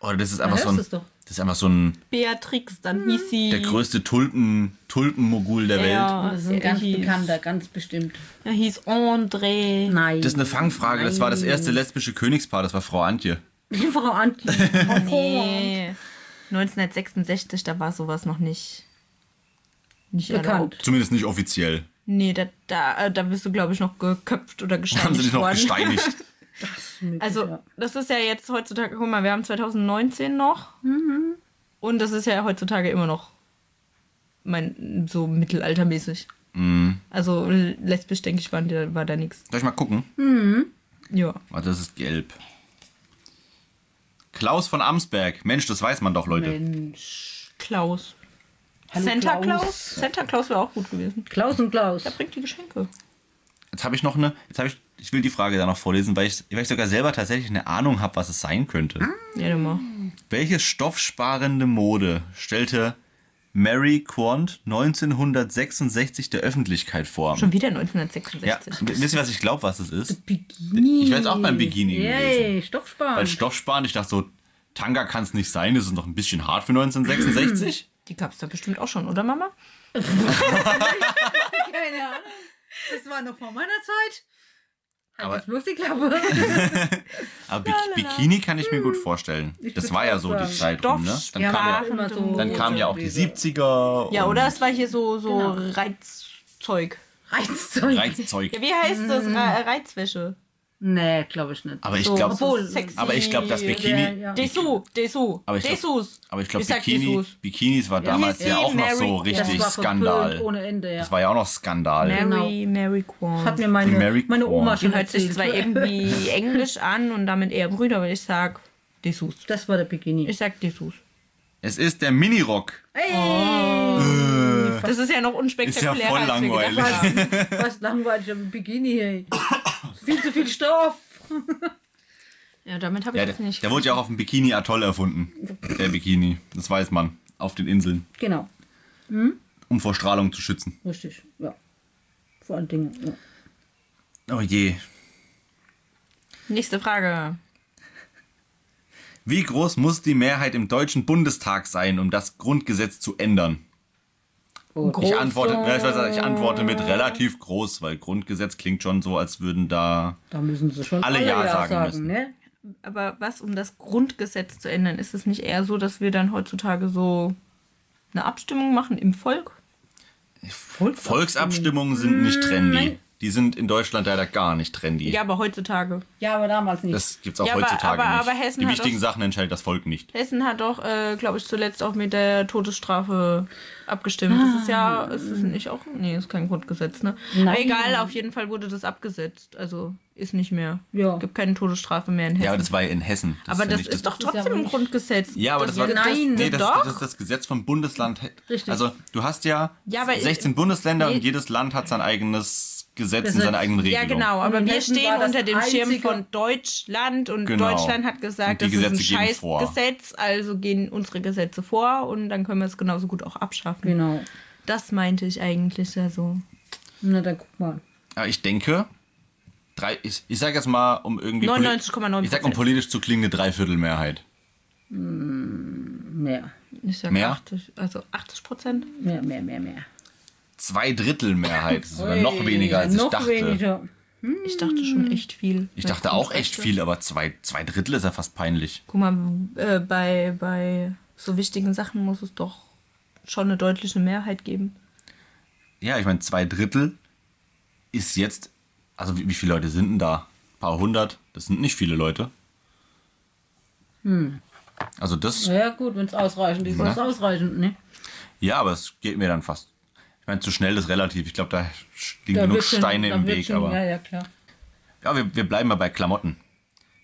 B: Oder Oh, das ist einfach so ein.
C: hörst du's doch. Hm.
B: Das ist einfach so ein.
A: Beatrix, dann hieß sie.
B: Der größte Tulpen, Tulpenmogul der Welt.
A: Ja,
C: Das ist ein ganz
A: hieß,
C: bekannter, ganz bestimmt.
A: Er hieß André.
C: Nein.
B: Das ist eine Fangfrage. Das war das erste lesbische Königspaar, das war Frau Antje.
C: Die
A: [laughs]
C: Frau Antje. nee.
A: Nee. 1966, da war sowas noch nicht. Nicht erlaubt.
C: Bekannt.
B: Zumindest nicht offiziell.
A: Nee, da, da, äh, da bist du, glaube ich, noch geköpft oder
B: Da haben sie dich
A: gesteinigt
B: noch
A: worden.
B: gesteinigt.
A: [laughs]
C: [laughs]
A: Also,
C: Ja.
A: das ist ja jetzt heutzutage, guck mal, wir haben 2019 noch.
C: Mhm.
A: Und das ist ja heutzutage immer noch mein, so mittelaltermäßig.
B: Mhm.
A: Also, lesbisch, denke ich, war, war da nichts.
B: Soll ich mal gucken?
A: Ja.
B: Warte, das ist gelb. Klaus von Amsberg. Mensch, das weiß man doch, Leute.
C: Mensch.
A: Klaus.
C: Hallo,
A: Santa Claus.
C: Klaus.
A: Santa Claus wäre auch gut gewesen.
C: Klaus und Klaus.
A: Der bringt die Geschenke.
B: Jetzt habe ich noch eine. Jetzt habe ich. Ich will die Frage da noch vorlesen, weil ich, weil ich sogar selber tatsächlich eine Ahnung habe, was es sein könnte.
A: Ja, dann mal.
B: Welche stoffsparende Mode stellte Mary Quant 1966 der Öffentlichkeit vor?
A: Schon wieder
B: ja,
A: 1966.
B: wisst ihr, was ich glaube, was es ist?
C: Bikini.
B: Ich wär jetzt auch beim Bikini
C: Yay, Stoffsparen.
B: Weil stoffsparend, ich dachte so, Tanga kann es nicht sein, das ist noch ein bisschen hart für 1966.
A: [laughs] Die gab es da bestimmt auch schon, oder Mama?
C: Keine Ahnung. Das war noch vor meiner Zeit. Halt
B: Aber-
C: jetzt bloß
B: [laughs]
C: die Klappe.
B: Aber Bi Bikini kann ich mir
A: Hm.
B: gut vorstellen. Das
C: würd
B: war ja
C: auch
B: so die
C: sagen,
B: Zeit rum, ne? Dann,
A: Ja,
B: kam,
A: war
B: ja,
A: schon
C: immer
A: so.
C: so-
B: dann kamen ja auch die 70er.
A: ja,
B: und
A: oder? Es war hier so, so
C: Genau.
A: Reizzeug. Mhm.
C: Reizzeug.
B: Reizzeug.
A: [laughs] Ja, wie heißt das? Re Reizwäsche.
C: Nee, glaube ich nicht.
B: Aber ich
A: So,
B: glaube,
A: obwohl, sexy.
B: aber ich glaube, das Bikini.
C: Ja, ja.
A: Dessous, Dessous,
B: Aber ich glaub-
A: Dessous.
B: Aber ich glaube,
A: sag
B: Bikini,
A: Dessous.
B: Bikinis war damals ja,
A: Hieß die
B: auch noch so
A: Mary-
C: das
B: richtig
C: war verpönt
B: Skandal.
C: ohne Ende, ja.
B: Das war ja auch noch Skandal.
A: Mary, Mary
C: Das hat
A: Quan.
C: mir meine,
B: Mary
C: meine Oma
B: Quant.
A: Die
C: schon
A: hört sich
C: erzählt.
A: zwar irgendwie [laughs] Englisch an und damit eher Brüder, aber ich sag Dessous.
C: Das war der Bikini.
A: Ich sag Dessous.
B: Es ist der Minirock.
C: Ey,
B: Oh.
A: Das ist ja noch unspektakulär.
B: Ist ja voll
A: als wir gedacht
B: langweilig.
A: haben.
B: [laughs]
C: was langweilig im Bikini,
B: [coughs]
C: ey. Viel zu viel Stoff.
A: [laughs] Ja, damit habe ich
B: Ja, der,
A: jetzt nicht.
B: der wurde ja auch auf dem Bikini-Atoll erfunden. Der Bikini. Das weiß man. Auf den Inseln.
C: Genau,
B: Um vor Strahlung zu schützen.
C: richtig, ja. Vor allen Dingen, ja.
B: Oh je.
A: Nächste Frage.
B: Wie groß muss die Mehrheit im Deutschen Bundestag sein, um das Grundgesetz zu ändern?
C: Oh,
B: Ich antworte, ja, ich, weiß, ich antworte mit relativ groß, weil Grundgesetz klingt schon so, als würden da.
C: Da müssen sie schon
B: Alle
C: alle,
B: Ja
C: Ja,
B: sagen
C: sagen,
B: müssen.
C: ne?
A: Aber was, um das Grundgesetz zu ändern, ist es nicht eher so, dass wir dann heutzutage so eine Abstimmung machen im Volk?
B: Volksabstimmungen sind nicht trendy. Die sind in Deutschland leider gar nicht trendy.
A: Hm, Ja, aber heutzutage.
C: Ja, aber damals nicht.
B: Das gibt's auch
A: Ja, aber-
B: heutzutage
A: aber-
B: nicht.
A: aber Hessen
B: die
A: hat
B: wichtigen
A: auch-
B: Sachen entscheidet das Volk nicht.
A: Hessen hat doch, äh, glaube ich, zuletzt auch mit der Todesstrafe abgestimmt. Das ist
C: Ah.
A: ja, ist das nicht auch, nee, ist kein Grundgesetz, ne? Aber egal, auf jeden Fall wurde das abgesetzt. Also ist nicht mehr.
C: Ja.
A: Gibt keine Todesstrafe mehr in Hessen.
B: Ja, aber das war ja in Hessen.
A: aber
B: ja
A: das
B: nicht
A: ist doch
C: ist ja
A: trotzdem
C: wohl
A: im
C: nicht-
A: Grundgesetz.
B: Ja, aber das, war
C: Nein,
B: nee, das,
A: doch.
B: das ist das Gesetz vom Bundesland.
C: Richtig.
B: Also, du hast ja,
A: Ja, aber ich-
B: 16 Bundesländer
A: Nee.
B: und jedes Land hat sein eigenes Gesetz und
C: Gesetz.
B: seine eigenen
A: Ja,
B: Regelungen.
A: genau, aber
C: in
A: wir
C: Hessen
A: stehen
C: Hm, war das
A: unter dem Schirm
C: einzige-
A: von Deutschland und
B: Genau.
A: Deutschland hat gesagt,
B: Und
A: das
B: die
A: ist
B: Gesetze
A: ein
B: gehen vor.
A: Scheißgesetz, also gehen unsere Gesetze vor und dann können wir es genauso gut auch abschaffen.
C: Genau.
A: Das meinte ich eigentlich also, ja so.
C: Na, dann guck mal.
B: Aber ich denke, drei, ich, ich sage jetzt mal, um irgendwie. poli-
A: 99,9%.
B: Ich sag, um politisch zu klingen, eine Dreiviertelmehrheit.
C: Mehr.
A: Ich sag
B: Mehr?
A: 80, also 80 Prozent.
C: Mehr, mehr, mehr, mehr.
B: Zwei Drittel Mehrheit. Das ist sogar noch weniger, als
C: noch
B: ich dachte.
C: Weniger.
A: Ich dachte schon echt viel.
B: Ich dachte auch echt viel, aber zwei, zwei Drittel ist ja fast peinlich.
A: Guck mal, äh, bei, bei so wichtigen Sachen muss es doch schon eine deutliche Mehrheit geben.
B: Ja, ich meine, zwei Drittel ist jetzt. Also, wie, wie viele Leute sind denn da? Ein paar hundert? Das sind nicht viele Leute.
C: Hm.
B: Also, das.
C: Ja gut, wenn es ausreichend ist, ist es ausreichend. Ne?
B: Ja, aber es geht mir dann fast. Ich meine, zu schnell ist relativ. Ich glaube, da liegen
C: Da
B: genug
C: wird schon-
B: Steine
C: da
B: im
C: wird
B: Weg.
C: schon-
B: aber
C: Ja, ja, klar.
B: Ja, wir, wir bleiben mal bei Klamotten.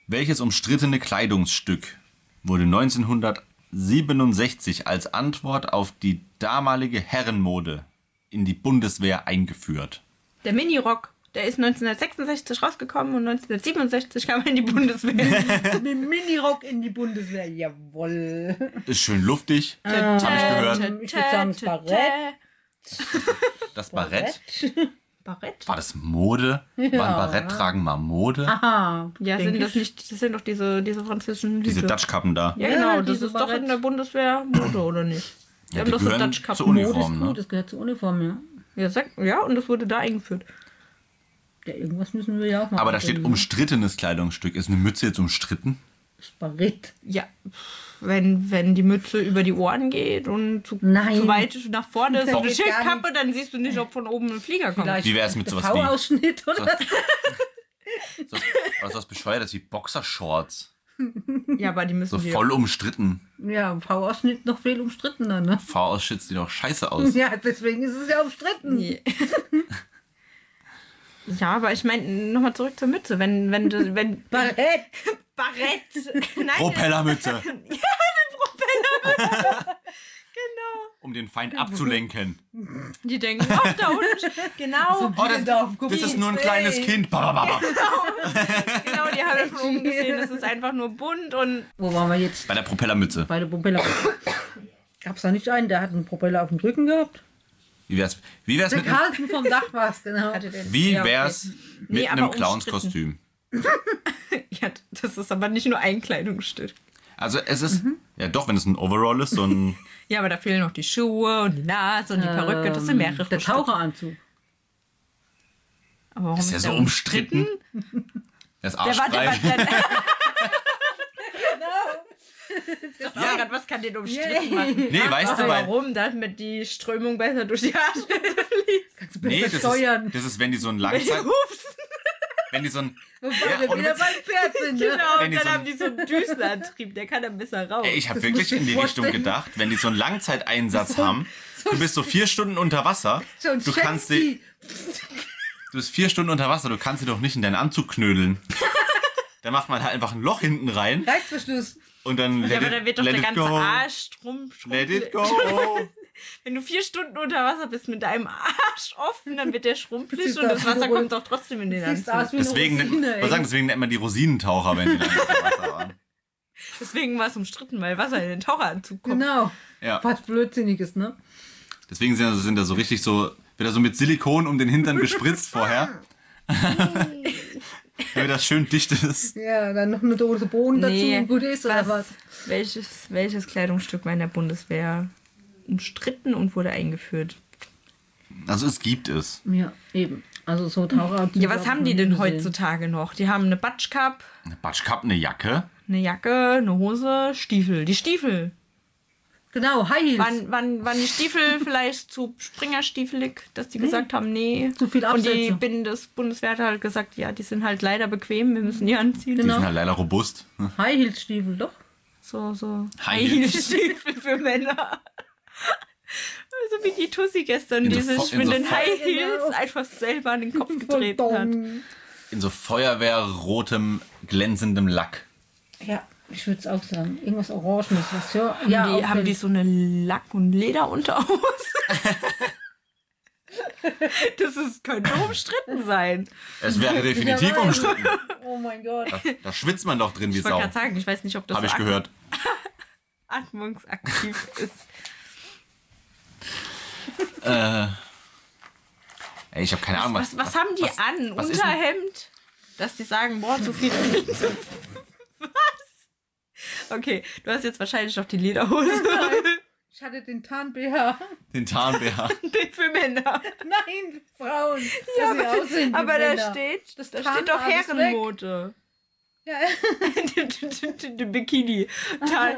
B: Welches umstrittene Kleidungsstück wurde 1967 als Antwort auf die damalige Herrenmode in die Bundeswehr eingeführt?
A: Der Mini-Rock, der ist 1966 rausgekommen und 1967 kam er in die Bundeswehr.
C: Mit dem Minirock in die Bundeswehr, jawoll.
B: Ist schön luftig, habe ich gehört.
C: Ich würd sagen, es war Red.
B: Das Barett,
A: Barett?
B: war das Mode? War ein Barett tragen mal Mode?
C: Aha.
A: Ja,
C: denk
A: sind das
C: ich.
A: nicht, das sind doch diese, diese französischen
B: Diese
A: Hüte.
B: Dutchkappen da.
A: Ja,
C: Ja,
A: genau,
C: diese
A: das ist doch
C: Barett.
A: in der Bundeswehr Mode, oder nicht? Wir
B: Ja,
A: haben
B: die
A: doch so
B: gehören
A: Dutch Cup
B: zur
A: Mode.
C: Mode ist
B: Uniform, ne?
C: gut, das gehört zur Uniform, ja.
A: Ja, sag, ja, und das wurde da eingeführt.
C: Ja, irgendwas müssen wir ja auch machen.
B: Aber da steht um-
C: können, ne?
B: umstrittenes Kleidungsstück. Ist eine Mütze jetzt umstritten?
C: Das Barett.
A: Ja, wenn, wenn die Mütze über die Ohren geht und zu,
C: Nein.
A: zu weit nach vorne ist
C: Das
A: so eine
C: geht gar
A: Schildkappe, dann siehst du nicht, ob von oben ein Flieger kommt.
C: Vielleicht
B: Wie wär's mit sowas wie-
C: V-Ausschnitt oder so.
B: Ist das, was ist das bescheuertes wie Boxershorts?
A: Ja, aber die müssen
B: So
A: wir.
B: voll umstritten.
C: [laughs] Ja, V-Ausschnitt noch viel umstrittener, ne? [laughs]
B: V-Ausschnitt sieht doch scheiße aus.
C: Ja, deswegen ist es ja umstritten.
A: Nee. [laughs] Ja, aber ich meine, nochmal zurück zur Mütze. Wenn, wenn, du-
B: [laughs]
A: wenn
C: Barett.
A: Barett, nein,
B: Propellermütze,
A: genau.
B: um den Feind abzulenken.
A: Die denken, ach, da unten,
B: [laughs]
A: genau,
B: Oh, das,
C: Kinder auf Gummis,
B: das ist nur ein kleines
C: ey.
B: Kind. Ba, ba, ba, ba.
A: genau, die haben wir schon oben gesehen. Das ist einfach nur bunt und [laughs]
C: Wo waren wir jetzt?
B: Bei der Propellermütze.
C: Bei der Propeller. Gab's da nicht einen, der hat einen Propeller auf dem Rücken gehabt?
B: Wie wär's, wie wär's
C: Der
B: mit,
C: Carlsen vom Dach war's, genau.
B: wie
A: Ja, okay.
B: wär's mit
A: Nee, aber
B: einem Clownskostüm?
A: Ja, das ist aber nicht nur ein Kleidungsstück.
B: Also es ist,
A: Mhm.
B: ja doch, wenn es ein Overall ist,
A: [laughs]
B: so ein,
A: Ja, aber da fehlen noch die Schuhe und die Nase und die Perücke. Das sind mehrere
C: Äh, Der
A: Stück.
C: Taucheranzug.
A: Aber warum
B: ist ja so
A: der-
B: umstritten. Das
A: Der war der, war-
B: Arschbreit.
A: der,
B: [laughs]
A: Das war grad, was kann den umstritten machen?
B: Nee, Genau. [laughs] weißt du,
A: Also
B: weil,
A: warum? Damit die Strömung besser durch die [laughs] Arschritze fließt.
B: nee, das ist,
C: Steuern.
B: das ist, wenn die so ein
A: Die
B: Langzeit,
A: Hups.
B: wenn die so ein,
C: Weil
B: ja,
C: wir
B: ohne
C: wieder
B: Witz,
C: beim Pferd sind, ne?
A: Genau,
B: Wenn
A: und
B: die
A: dann
B: so-
A: haben die so einen Düsenantrieb. Der kann dann besser raus.
B: Ey, ich habe
C: Das
B: wirklich
C: musst du
B: in die
C: dir
B: Richtung
C: vorstellen.
B: gedacht, wenn die so einen Langzeiteinsatz haben, du bist so vier Stunden unter Wasser,
C: So ein
B: du kannst die,
C: Jetski.
B: Du bist vier Stunden unter Wasser, du kannst sie doch nicht in deinen
A: [laughs]
B: Anzug knödeln. dann macht man halt einfach ein Loch hinten rein
C: Reißverschluss.
B: und dann
A: ja,
B: let,
A: aber
B: it,
A: dann wird doch
B: let
A: der
B: it
A: ganze
B: go.
A: Arsch drum.
B: Let it
A: [laughs]
B: go.
A: Wenn du vier Stunden unter Wasser bist mit deinem Arsch offen, dann wird der schrumpelig
C: Siehst
A: und das
C: aus wie
A: Wasser
C: eine-
A: kommt doch trotzdem in den
C: Siehst
A: Anzug.
C: aus wie eine
B: Deswegen, nennt-
C: Rosine,
B: was
C: ey.
B: sagen, deswegen nennt man die Rosinentaucher, wenn die dann unter Wasser waren.
A: Deswegen war es umstritten, weil Wasser in den Taucheranzug kommt.
C: Genau.
B: Ja.
C: Was Blödsinniges, ne?
B: Deswegen sind, also, sind da so richtig so, wird da so mit Silikon um den Hintern
A: [laughs]
B: gespritzt vorher. Damit das schön dicht ist.
C: Ja, dann noch eine Dose Bohnen
A: Nee,
C: dazu, gut ist oder was?
A: Welches, welches Kleidungsstück war in der Bundeswehr umstritten und wurde eingeführt?
B: Also es gibt es.
C: Ja, eben. Also so Taucheranzug.
A: Ja, was haben die denn heutzutage noch? Die haben eine Batschkap,
B: Eine Batschkappe, eine Jacke.
A: eine Jacke, eine Hose, Stiefel. Die Stiefel.
C: Genau, High Heels.
A: Waren, waren, waren die Stiefel [laughs] vielleicht zu springerstiefelig, dass die gesagt haben, nee.
C: Zu viel
A: Und die
C: Absätze.
A: Bundes Bundeswehr hat halt gesagt, ja, die sind halt leider bequem, wir müssen die anziehen.
B: Die
C: Genau.
B: sind halt leider robust. ne?
C: High Heels Stiefel, doch.
A: So, so.
B: High Heels.
A: Stiefel [laughs] für Männer. So wie die Tussi gestern,
B: In
A: die
B: so
A: sich
B: Fo- in
A: mit
B: so
A: den
B: Fo-
A: High Heels
C: Genau.
A: einfach selber an den Kopf getreten hat.
B: In so feuerwehrrotem, glänzendem Lack.
C: Ja, ich würde es auch sagen. Irgendwas Orangenes, was ja.
A: Die,
C: ja
A: haben die
C: auffällt.
A: so eine Lack- und Lederunterhose?
B: [laughs]
A: das ist, könnte umstritten sein. [laughs]
B: Es wäre definitiv
C: Jawohl.
B: umstritten.
C: Oh mein Gott.
B: Da, da schwitzt man doch drin wie
A: Ich wollte
B: Sau.
A: gerade sagen, ich weiß nicht, ob das
B: Habe ich
A: so atm-
B: gehört.
A: atmungsaktiv ist.
B: Ey, ich habe keine Ahnung, was.
A: [laughs] Was, was haben die
B: was-
A: an?
B: was ist
A: Unterhemd? Dass die sagen, boah, zu viel. [laughs] was? Okay, du hast jetzt wahrscheinlich noch die Lederhose. [laughs]
C: Ich hatte den Tarn-BH.
B: Den Tarn-BH.
A: Den für Männer.
C: [laughs] Nein, Frauen.
A: Ja,
C: dass sie
A: aber
C: aussehen wie
A: aber da
C: Männer.
A: steht,
C: Das
A: da
C: Tarn-
A: steht doch
C: Haar ist weg. [laughs]
A: Herrenmode.
C: Ja,
A: Die Bikini. Tarn.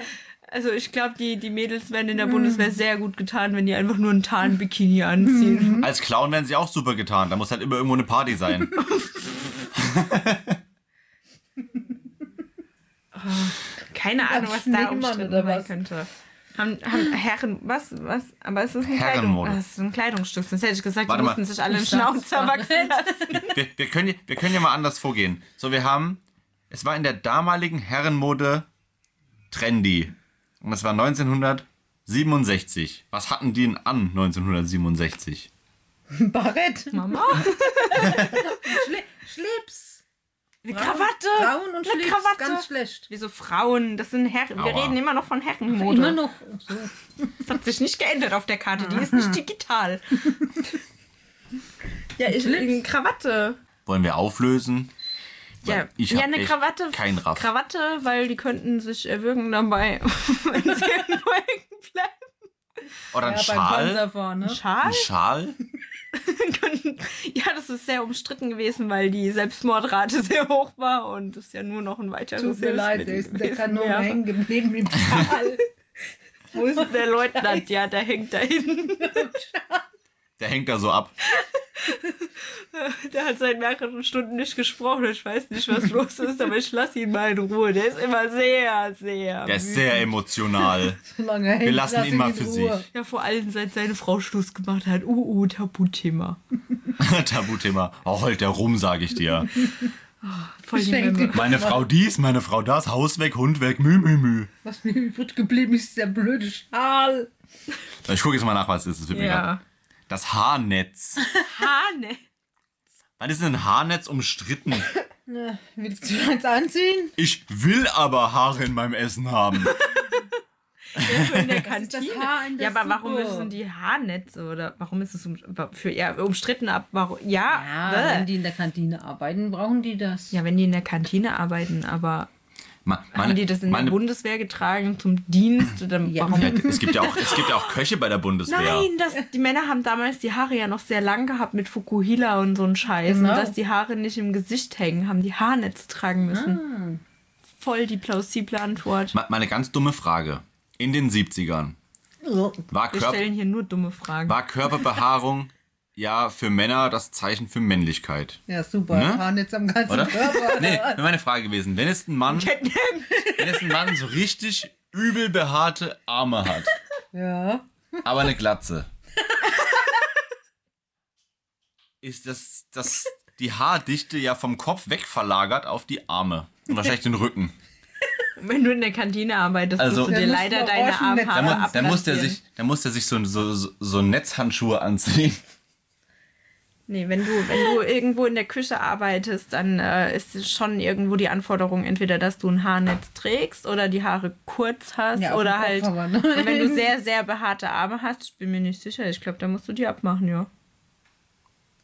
A: Also ich glaube, die, die Mädels werden in
C: Mm.
A: der Bundeswehr sehr gut getan, wenn die einfach nur einen Tarnbikini
C: [laughs]
A: anziehen.
B: Als Clown werden sie auch super getan. Da muss halt immer irgendwo eine Party sein.
A: Keine Ahnung, was da
C: Schneemann
A: umstritten
C: oder
A: sein
C: was?
A: könnte. Haben, haben Herren, was, was? Aber es ist ein, Kleidung,
B: Herrenmode.
A: ah, es ist ein Kleidungsstück. Sonst hätte ich gesagt,
B: Warte
A: die
B: mal.
A: mussten sich alle im
C: Ich dachte,
A: Schnauzer
C: es war-
A: wachsen lassen.
B: wir, wir, können, hier- wir können ja mal anders vorgehen. So, wir haben, es war in der damaligen Herrenmode trendy. Und das war 1967. Was hatten die denn an 1967?
C: ein Barett.
A: [laughs] Mama?
C: Schle Schlips.
A: Eine
C: Frauen-
A: Krawatte!
C: Frauen und
A: Eine
C: Schlips.
A: Krawatte!
C: Ganz schlecht.
A: Wieso Frauen? Das sind Herren. Wir
B: Aua.
A: reden immer noch von Herrenmode.
C: Immer noch. So.
A: Das hat sich nicht geändert auf der Karte. Die [laughs] ist nicht digital. ja, ich eine Krawatte.
B: Wollen wir auflösen?
A: Ja,
B: Weil ich
A: ja
B: hab
A: eine
B: echt
A: Krawatte.
B: keinen Raff.
A: Krawatte, weil die könnten sich erwürgen dabei, [laughs] wenn sie irgendwo hängen bleiben.
B: Oder ein
C: Ja, beim
B: Schal?
C: Panzerfahren, ne?
B: Ein
A: Schal?
B: Schal?
A: Könnten- [laughs] Ja, das ist sehr umstritten gewesen, weil die Selbstmordrate [laughs] sehr hoch war und es ja nur noch ein weiteres
C: Tut mir leid, der
A: Hilfsmittel
C: ist
A: gewesen
C: in der Kanone
A: wäre.
C: hängen geblieben
A: [laughs]
C: im Tal.
A: Wo ist
C: [laughs]
A: denn der Leutnant? Ja, der hängt da hinten. [laughs]
B: Der hängt da so ab.
A: Der hat seit mehreren Stunden nicht gesprochen. Ich weiß nicht, was los ist, aber ich lasse ihn mal in Ruhe. Der ist immer sehr, sehr.
B: Der ist
A: wütend. [laughs]
B: sehr emotional.
C: Solange er hängt,
B: lassen
C: lass
B: ihn mal
C: in
B: für
C: Ruhe.
B: sich.
A: Ja, vor allem seit seine Frau Schluss gemacht hat. Uh, uh, Tabuthema.
B: Tabuthema. Oh, heult der rum, sage ich dir.
A: Voll die
C: Ich denke,
A: Memme.
B: Meine Frau dies, meine Frau das, Haus weg, Hund weg, mü, mü, mü.
C: Was mir [laughs] übrig geblieben ist, ist der blöde Schal.
B: Ich gucke jetzt mal nach, was es ist. Das wird mir grad-
A: Ja.
B: Das Haarnetz.
A: Hane.
B: Wann ist denn ein Haarnetz umstritten?
C: Na, willst du eins anziehen?
B: Ich will aber Haare in meinem Essen haben.
A: In der
C: ist [laughs] das
A: Kantine.
C: Haar in der
A: ja, aber warum
C: Suppe.
A: sind die Haarnetze oder warum ist es um, für ja, umstritten ab? Warum, ja,
C: Ja,
A: bäh.
C: wenn die in der Kantine arbeiten, brauchen die das.
A: Ah. ja, wenn die in der Kantine arbeiten, aber
B: Ma-
A: haben die das in der Bundeswehr getragen zum Dienst? Dann,
C: Ja.
A: Warum
B: Ja, es, gibt ja auch, es gibt ja auch Köche bei der Bundeswehr.
A: Nein, das, die Männer haben damals die Haare ja noch sehr lang gehabt mit Fukuhila und so ein Scheiß.
C: Genau.
A: Und dass die Haare nicht im Gesicht hängen, haben die Haarnetze tragen müssen.
C: Ah.
A: Voll die plausible Antwort.
B: Ma- Meine ganz dumme Frage. In den 70ern war,
A: Wir
B: Körp
A: stellen hier nur dumme Fragen.
B: war Körperbehaarung ja für Männer das Zeichen für Männlichkeit.
C: Ja, super.
B: Ne?
C: Haarnetz am ganzen [laughs]
B: Oder?
C: Körper.
B: Nee, wäre meine Frage gewesen. Wenn es ein Mann, wenn es ein Mann so richtig übel behaarte Arme hat,
C: Ja.
B: aber eine Glatze. ist das, das die Haardichte ja vom Kopf wegverlagert auf die Arme und wahrscheinlich den Rücken.
A: Wenn du in der Kantine arbeitest,
B: Also-
A: musst du dir
C: Dann
A: leider
C: müssen wir
A: deine
C: Orangennetze
B: Da,
A: Armhaare
B: mu
C: Aber
B: da
A: ab.
B: muss der sich, da muss der sich so, so, so- so Netzhandschuhe anziehen.
A: Nee, wenn du, wenn du irgendwo in der Küche arbeitest, dann äh, ist schon irgendwo die Anforderung, entweder dass du ein Haarnetz trägst oder die Haare kurz hast
C: Ja, auf
A: oder
C: dem Kopf
A: halt.
C: aber, ne?
A: Und [laughs] wenn du sehr, sehr behaarte Arme hast, ich bin mir nicht sicher, ich glaube, da musst du die abmachen, ja.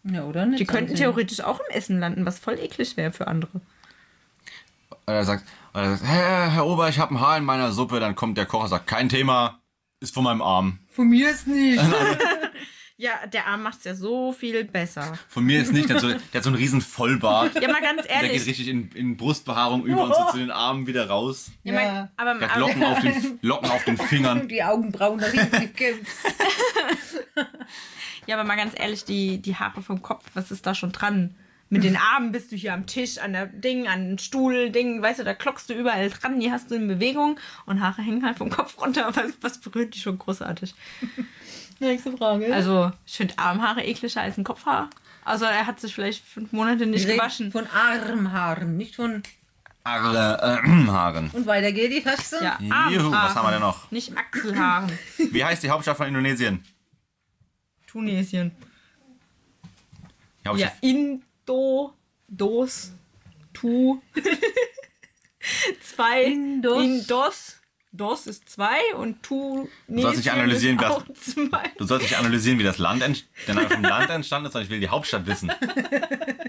C: Ja, oder nicht?
A: Die könnten
C: anziehen.
A: theoretisch auch im Essen landen, was voll eklig wäre für andere.
B: Oder er sagt, oder er sagt Herr, Herr Ober, ich habe ein Haar in meiner Suppe. Dann kommt der Koch und sagt, kein Thema, ist von meinem Arm.
C: Von mir ist nicht.
A: Ja, der Arm macht's ja so viel besser.
B: Von mir ist nicht, der hat so, der hat so einen riesen Vollbart.
A: Ja, mal ganz
B: Der geht
A: ehrlich.
B: richtig in, in Brustbehaarung über und so zu den Armen wieder raus.
A: Ja, mal,
C: Ja.
A: aber,
B: Der hat
A: aber
B: Locken auf den, Locken auf den
A: [laughs]
B: Fingern.
C: Die Augenbrauen nach hinten gekämpft.
A: Ja, aber mal ganz ehrlich, die, die Haare vom Kopf, was ist da schon dran? Mit
C: [laughs]
A: den Armen bist du hier am Tisch, an der Ding, an dem Stuhl, Ding, weißt du, da klockst du überall dran, die hast du in Bewegung und Haare hängen halt vom Kopf runter. Was, was berührt die schon großartig?
C: Nächste Frage.
A: Also, ich finde Armhaare ekliger als ein Kopfhaar. Also, er hat sich vielleicht fünf Monate
C: Wir
A: nicht
C: reden
A: gewaschen.
C: Von Armhaaren, nicht von.
B: Arre, äh, [clears throat] Haaren.
C: Und weiter geht die hast du?
A: Ja,
B: Juhu,
A: Armhaare.
B: was haben wir denn noch?
A: Nicht Achselhaaren.
B: Wie heißt die Hauptstadt von Indonesien?
A: Tunesien.
B: Die Hauptstadt
A: Ja, Indo, Dos, Tu, [laughs] zwei,
C: Indos.
A: Indos, Dos ist zwei und Tu,
B: sollst nicht analysieren,
A: ist
B: was-
A: auch zwei.
B: Du sollst nicht analysieren, wie das Land, ent der Name vom Land entstanden ist, sondern ich will die Hauptstadt wissen.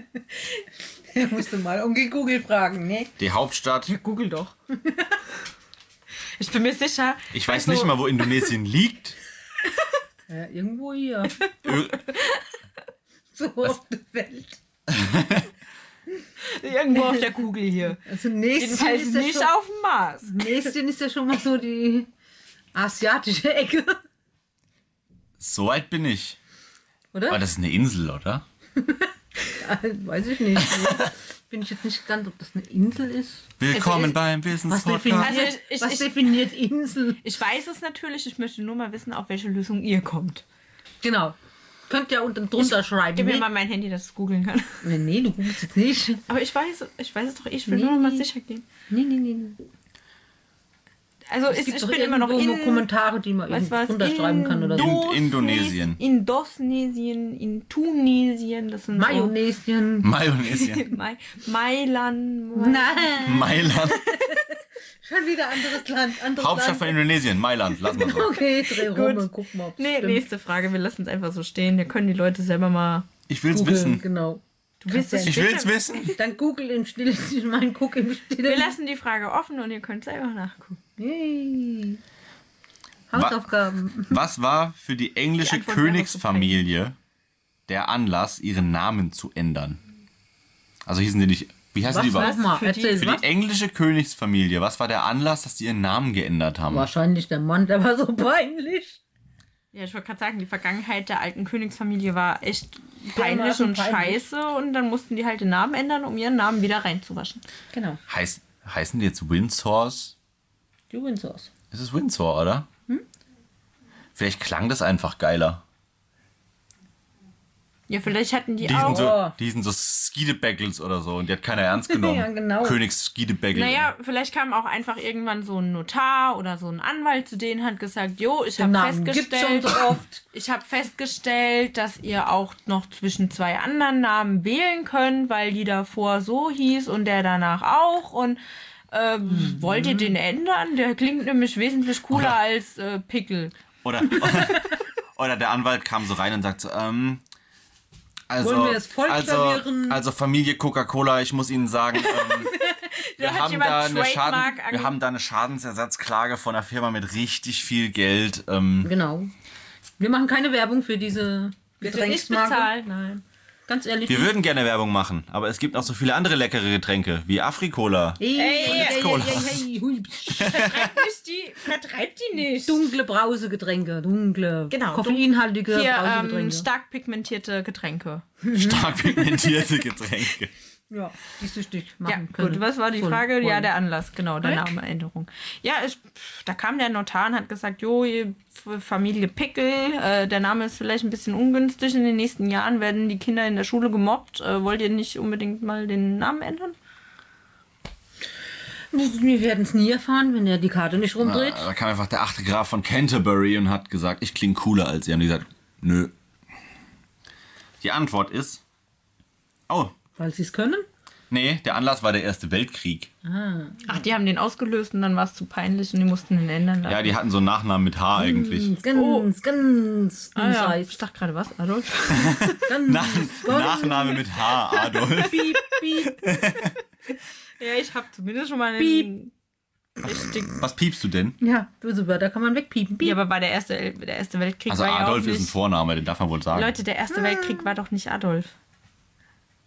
C: [laughs] Musst du mal Onkel Google um fragen, ne?
B: Die Hauptstadt
A: Google doch. [laughs] Ich bin mir sicher.
B: Ich weiß
A: also,
B: nicht mal, wo Indonesien liegt.
C: Ja, Äh, irgendwo hier.
B: Ö-
C: [laughs] So auf der Welt.
A: Irgendwo auf der Kugel hier.
C: Also
A: [laughs]
C: Nächsten
A: Jedenfalls
C: ist, ja
A: nicht
C: schon,
A: auf dem Mars.
C: Nächsten ist ja schon mal so die asiatische Ecke,
B: So weit bin ich. Aber
C: oder?
B: Ah, das ist eine Insel, oder?
C: Weiß ich nicht. Bin ich jetzt nicht ganz, ob das eine Insel ist.
B: Willkommen
A: Also,
B: beim
C: Was
B: Wissenspodcast.
C: definiert,
A: Also ich- ich-
C: was
A: ich-
C: definiert Insel?
A: Ich weiß es natürlich, ich möchte nur mal wissen, auf welche Lösung ihr kommt.
C: Genau. Könnt ihr unten drunter schreiben.
A: Gib mir
C: Ne?
A: mal mein Handy, dass ich es googeln kann. [laughs]
C: Nee, nee, du googelst jetzt nicht.
A: Aber ich weiß, ich weiß es doch, eh, ich will
C: Nee.
A: nur noch mal sicher gehen.
C: Nee, nee, nee, nee.
A: Also ich,
C: gibt
A: ich
C: doch
A: bin immer noch
C: irgendwo
A: in
C: Kommentare, die man
A: was
C: irgendwie
A: war's?
C: Hm, runterschreiben kann oder so.
A: Indones-
B: In Indonesien.
A: In Dosnesien, in Tunesien, das sind
C: Mayonesien.
B: Mayonesien.
A: so Mai, Mailand. Mai-
C: Nein,
B: Mailand.
C: schon wieder anderes Land. Anderes
B: Hauptstadt von
C: Land.
B: Indonesien. Mailand. Lass mal so.
C: Okay, dreh rum
A: Gut.
C: und guck mal, ob
A: Nee, nächste Frage, wir lassen es einfach so stehen. Da können die Leute selber mal.
B: Ich will's wissen.
C: Genau.
A: Du wirst es
B: Ich
A: später-
B: will's wissen.
C: Dann google im Stillen. Ich meine, guck im
A: Wir
C: Stillen.
A: lassen die Frage offen und ihr könnt selber nachgucken.
C: Yay. Hausaufgaben.
B: Was war für die englische
A: Die Antwort
B: Königsfamilie der Anlass, ihren Namen zu ändern? Also hießen sie nicht. Wie heißen die überhaupt?
C: Sag mal,
A: für die-
C: erzähl
B: Für
C: was?
B: die englische Königsfamilie, was war der Anlass, dass die ihren Namen geändert haben?
C: Wahrscheinlich der Mann, der war so [laughs] peinlich.
A: Ja, ich wollte gerade sagen, die Vergangenheit der alten Königsfamilie war echt
C: war
A: peinlich
C: schon
A: und
C: peinlich.
A: scheiße und dann mussten die halt den Namen ändern, um ihren Namen wieder reinzuwaschen.
C: Genau.
B: Heiß, heißen die jetzt Windsors?
C: Jugendsource.
B: Es ist Windsor, oder? Vielleicht klang das einfach geiler.
A: Ja, vielleicht hatten die
B: Die sind
A: auch.
B: so, die sind so Skidebeckels oder so und die hat keiner ernst genommen.
C: Ja, genau.
B: Königs Skidebeckel.
A: Naja, vielleicht kam auch einfach irgendwann so ein Notar oder so ein Anwalt zu denen, hat gesagt, jo, ich
C: Den
A: habe
C: Namen gibt's schon
A: festgestellt,
C: so oft.
A: ich habe festgestellt, dass ihr auch noch zwischen zwei anderen Namen wählen könnt, weil die davor so hieß und der danach auch und ähm,
C: Mhm.
A: wollt ihr den ändern? Der klingt nämlich wesentlich cooler
B: Oder-
A: als äh, Pickel.
B: Oder, [laughs] oder der Anwalt kam so rein und sagt so, ähm, also,
C: Wollen wir das Volk
B: also,
C: verwirren?
B: also Familie Coca-Cola, ich muss Ihnen
A: [laughs]
B: sagen, ähm, wir,
A: hat
B: haben
A: jemand
B: da eine Schaden,
A: Trademark ange-
B: wir haben da eine Schadensersatzklage von einer Firma mit richtig viel Geld. Ähm,
C: Genau. Wir machen keine Werbung für diese
A: Bitte nicht
C: Getränksmarke.
A: bezahlen.
C: Nein. Ganz ehrlich.
B: wir würden gerne Werbung machen, aber es gibt auch so viele andere leckere Getränke, wie Afrikola.
C: Ey, ey, ey,
B: Cola.
C: ey, ey, hui, psch,
A: Nicht die, vertreibt die nicht.
C: dunkle Brausegetränke, dunkle,
A: Genau,
C: koffeinhaltige
A: Hier ähm,
C: Brausegetränke.
A: stark pigmentierte Getränke.
B: Stark pigmentierte Getränke.
C: ja, die süchtig
A: Ja,
C: machen können.
A: gut, was war die
C: Sollen,
A: Frage? Ja,
C: wollen.
A: der Anlass, genau, der
C: Ja.
A: Namenänderung. Ja, ich, pff, da kam der Notar und hat gesagt, jo, ihr F- Familie Pickel, äh, der Name ist vielleicht ein bisschen ungünstig, in den nächsten Jahren werden die Kinder in der Schule gemobbt, äh, wollt ihr nicht unbedingt mal den Namen ändern?
C: Wir werden es nie erfahren, wenn er die Karte nicht rumdreht.
B: Da kam einfach der achte Graf von Canterbury und hat gesagt, ich klinge cooler als ihr. Und die gesagt, nö. Die Antwort ist, oh,
C: Weil sie es können.
B: nee, der Anlass war der Erste Weltkrieg.
A: Ach, die haben den ausgelöst und dann war es zu peinlich und die mussten den ändern.
B: Ja, die hatten so einen Nachnamen mit H eigentlich.
C: Ganz, ganz, ganz,
A: Oh. ah, ja.
C: heiß.
A: Ich dachte gerade was, Adolf?
C: ganz,
B: Nach
A: Hm.
B: [laughs] Nachname mit H, Adolf.
C: piep, piep.
A: ja, ich habe zumindest schon mal einen...
C: Piep.
A: Richtig.
B: Was piepst du denn?
C: Ja, böse Wörter kann man wegpiepen. Piep.
A: Ja, aber war der erste, der erste Weltkrieg
B: Also
A: war ja
B: Adolf
A: auch
B: ist ein
A: nicht...
B: Vorname, den darf man wohl sagen.
A: Leute, der erste Weltkrieg war doch nicht Adolf.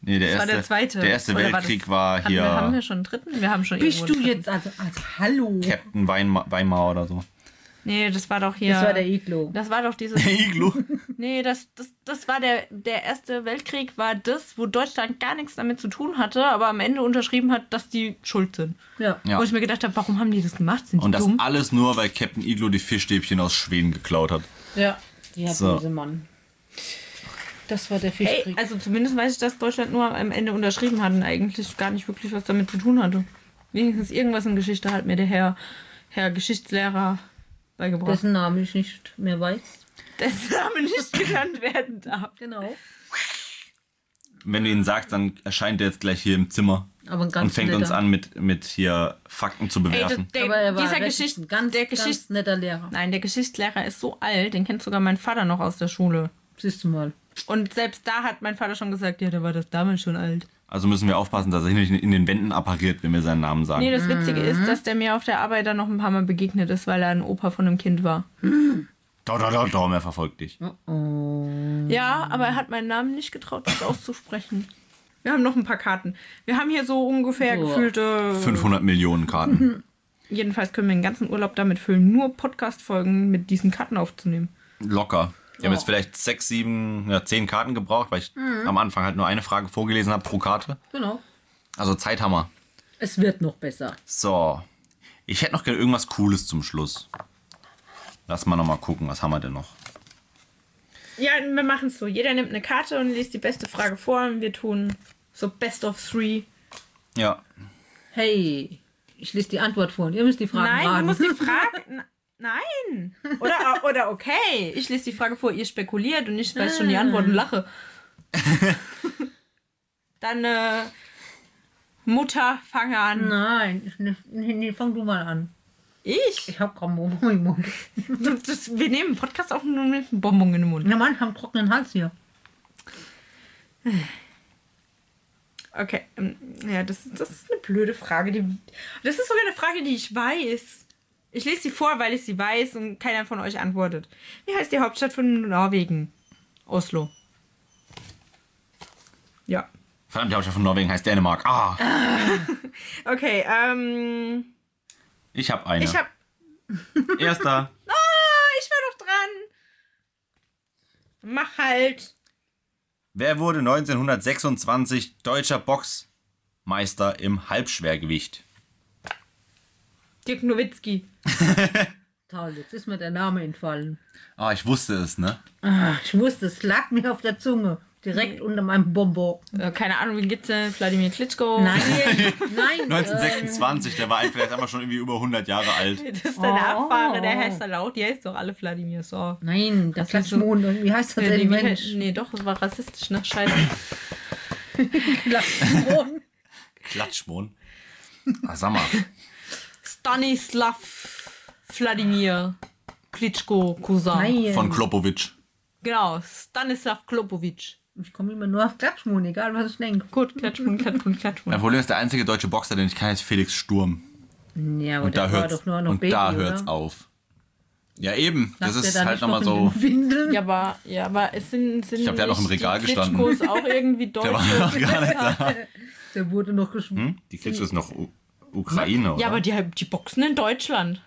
B: nee, der
A: war der zweite.
B: Der Erste
A: Oder war das-
B: Weltkrieg war,
A: Hatten
B: hier
A: Wir, haben wir schon einen dritten? Wir haben schon
C: Bist
A: irgendwo
C: du
A: einen dritten.
C: jetzt, also, also hallo.
B: Captain Weinma- Weimar
A: [laughs]
B: oder so.
A: Nee, das war doch hier.
C: Das war der Iglo.
A: Das war doch
B: [laughs]
A: dieses.
B: Iglu.
A: Nee, das, das, das war der, der Erste Weltkrieg, war das, wo Deutschland gar nichts damit zu tun hatte, aber am Ende unterschrieben hat, dass die schuld sind.
C: Ja.
B: Ja.
A: Wo ich mir gedacht habe, warum haben die das gemacht? Sind die
B: Und das
A: dumm?
B: alles nur, weil Captain Iglu die Fischstäbchen aus Schweden geklaut hat.
C: Ja, ja
B: So.
C: böse Mann. Das war der
A: Ey,
C: Fischkrieg.
A: also zumindest weiß ich, dass Deutschland nur am Ende unterschrieben hat und eigentlich gar nicht wirklich was damit zu tun hatte. Wenigstens irgendwas in Geschichte hat mir der Herr, Herr Geschichtslehrer beigebracht.
C: dessen Namen ich nicht mehr weiß.
A: [laughs] Dessen Name nicht genannt werden darf.
C: Genau.
B: Wenn du ihn sagst, dann erscheint er jetzt gleich hier im Zimmer
C: Aber ein ganz
B: und fängt
C: netter.
B: uns an, mit, mit hier Fakten zu
A: Ey,
B: bewerfen.
A: der,
C: Aber er war
A: dieser
C: wirklich
A: Geschichte,
C: ein ganz,
A: der
C: ganz
A: Geschichte,
C: netter Lehrer.
A: nein, der Geschichtslehrer ist so alt, den kennt sogar mein Vater noch aus der Schule.
C: Siehst du mal.
A: Und selbst da hat mein Vater schon gesagt, ja, der war das damals schon alt.
B: Also müssen wir aufpassen, dass er nicht in den Wänden appariert, wenn wir seinen Namen sagen.
A: Nee, das Witzige ist, dass der mir auf der Arbeit dann noch ein paar Mal begegnet ist, weil er ein Opa von einem Kind war.
B: Da, da, da, da, er verfolgt dich.
A: Ja, aber er hat meinen Namen nicht getraut, das auszusprechen. Wir haben noch ein paar Karten. Wir haben hier so ungefähr
C: Boah.
A: gefühlte.
B: 500 Millionen
A: [laughs]
B: Karten.
A: Jedenfalls können wir den ganzen Urlaub damit füllen, nur Podcast-Folgen mit diesen Karten aufzunehmen.
B: Locker. Wir haben jetzt vielleicht sechs, sieben, ja, zehn Karten gebraucht, weil ich
A: Mhm.
B: am Anfang halt nur eine Frage vorgelesen habe pro Karte.
C: Genau.
B: Also Zeithammer.
C: Es wird noch besser.
B: So. Ich hätte noch gerne irgendwas Cooles zum Schluss. Lass mal nochmal gucken, was haben wir denn noch?
A: Ja, wir machen es so. Jeder nimmt eine Karte und liest die beste Frage vor und wir tun so Best of Three.
B: Ja.
C: Hey, ich lese die Antwort vor und ihr müsst die Fragen
A: Nein,
C: raten.
A: du
C: [laughs]
A: musst die Frage. n- Nein! Oder, äh, oder okay, ich lese die Frage vor, ihr spekuliert und ich weiß schon die Antwort und
C: [laughs]
A: lache. Dann, äh, Mutter, fange an.
C: Nein, nee, nee, fang du mal an.
A: Ich?
C: Ich hab kaum Bonbon im Mund.
A: Du- Das, wir nehmen einen Podcast auf nur mit einem Bonbon in den Mund.
C: Ja, Mann, ich hab einen trockenen Hals hier.
A: Okay, ähm, ja, das, das ist eine blöde Frage. Die, das ist sogar eine Frage, die ich weiß. Ich lese sie vor, weil ich sie weiß und keiner von euch antwortet. Wie heißt die Hauptstadt von Norwegen? Oslo. Ja.
B: Verdammt, die Hauptstadt von Norwegen heißt Dänemark. Ah,
A: Okay, ähm,
B: ich habe eine.
A: ich hab.
B: Erster.
A: Ah, ich war doch dran. Mach halt.
B: Wer wurde 1926 deutscher Boxmeister im Halbschwergewicht?
A: Dirk Nowitzki.
C: Toll, jetzt ist mir der Name entfallen.
B: Ah, ich wusste es, ne?
C: Ah, ich wusste, es lag mir auf der Zunge. Direkt unter meinem Bonbon.
A: Äh, keine Ahnung, wie geht's denn? Wladimir Klitschko.
C: Nein,
B: [laughs]
C: nein.
B: 1926, der war vielleicht einfach schon irgendwie über 100 Jahre
C: [laughs]
B: alt.
A: [laughs] Das ist dein Nachfahre, der
C: Oh. Also
A: heißt dann auch. Die heißt doch alle Wladimir. So.
C: Nein, der
A: Das ist so-
C: Klatschmond. und Wie heißt das
A: Nee,
C: denn,
A: nee,
C: Mensch?
A: nee, doch, es war rassistisch, ne? Scheiße.
C: Klatschmond.
B: Klatschmohn. Ah, sag mal.
A: Stanislav Wladimir Klitschko Cousin.
C: Nein.
B: Von Klopowitsch.
A: Genau, Stanislav Klopowitsch.
C: ich komme immer nur auf Klatschmond, egal was ich denke.
A: Gut, Klatschmund, Klatschmund, Klatschmund.
B: Mein Problem ist, der einzige deutsche Boxer, den ich kenne, ist Felix Sturm.
C: Ja, aber
B: Und da
C: der war
B: hört's,
C: doch nur noch
B: und
C: Baby,
B: da
C: oder?
B: hört's auf. Ja, eben.
C: Lag
B: Das
C: der
B: ist
C: da
B: halt
C: nicht
B: nochmal
C: noch in
B: so.
C: den Windeln?
A: Ja, aber, ja, aber es sind, sind ich
B: glaub, der hat noch im Regal gestanden.
A: Klitschkos auch irgendwie deutsche.
B: [laughs] [laughs] Der war noch gar nicht da.
C: Der wurde noch geschwungen.
B: Die Klitschko ist noch U Ukraine, oder?
A: ja, aber die, die boxen in Deutschland.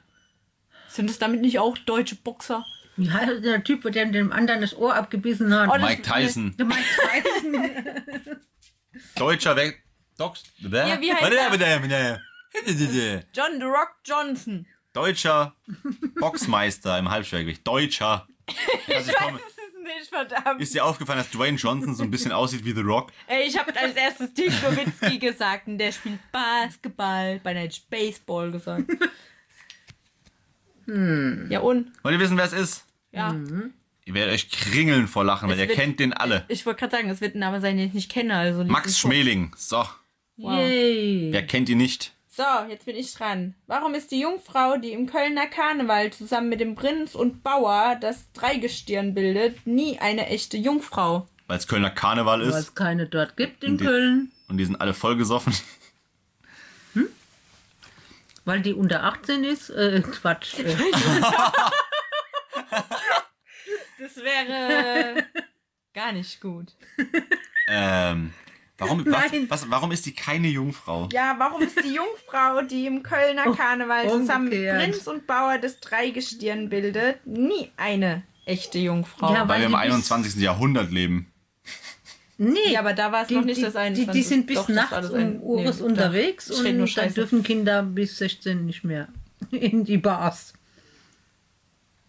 A: Sind es damit nicht auch deutsche Boxer?
C: Wie heißt der Typ, der dem anderen das Ohr abgebissen hat?
A: Oh, das-
B: Mike Tyson.
C: Der Mike Tyson.
B: Deutscher We Dox ja,
A: wie heißt
B: er?
A: John The Rock Johnson.
B: Deutscher Boxmeister im Halbschwergewicht. Deutscher. Also ich komme,
A: Das ist nicht verdammt.
B: ist dir aufgefallen, dass Dwayne Johnson so ein bisschen aussieht wie The Rock?
A: Ey, ich habe als erstes Dirk Nowitzki [laughs] gesagt und der spielt Basketball, bei der hätte ich Baseball gesagt. Ja und?
B: Wollt ihr wissen, wer es ist?
A: Ja.
B: Ihr werdet euch kringeln vor Lachen, weil
A: Es
B: ihr
A: wird-
B: kennt den alle.
A: Ich wollte gerade sagen, es wird ein Name sein, den ich nicht kenne. Also
B: Max
A: Schmidt.
B: Schmeling. So,
A: [laughs] Wow.
C: Yay.
B: wer kennt ihn nicht?
A: So, jetzt bin ich dran. Warum ist die Jungfrau, die im Kölner Karneval zusammen mit dem Prinz und Bauer das Dreigestirn bildet, nie eine echte Jungfrau?
B: Weil es Kölner Karneval
C: Weil
B: ist
C: es keine dort gibt in
B: Die-
C: Köln.
B: und die sind alle vollgesoffen.
C: Weil die unter 18 ist? Äh, Quatsch. Äh,
A: Das wäre [laughs] gar nicht gut.
B: Ähm, warum, was,
C: Nein.
B: was, warum ist die keine Jungfrau?
A: Ja, warum ist die Jungfrau, die im Kölner Karneval zusammen mit
C: umgekehrt.
A: Prinz und Bauer das Dreigestirn bildet, nie eine echte Jungfrau?
C: Ja,
A: Ja,
B: Weil wir im
C: die bis-
B: 21. Jahrhundert leben.
C: nee.
A: aber da war es
C: die,
A: noch nicht
C: die,
A: das
C: die,
A: 21.
C: die sind bis
A: Doch, das war
C: nachts
A: das
C: um
A: ein-
C: Uris
A: nee,
C: unterwegs
A: ich red nur
C: und dann
A: Scheiße.
C: dürfen Kinder bis 16 nicht mehr [laughs] in die Bars.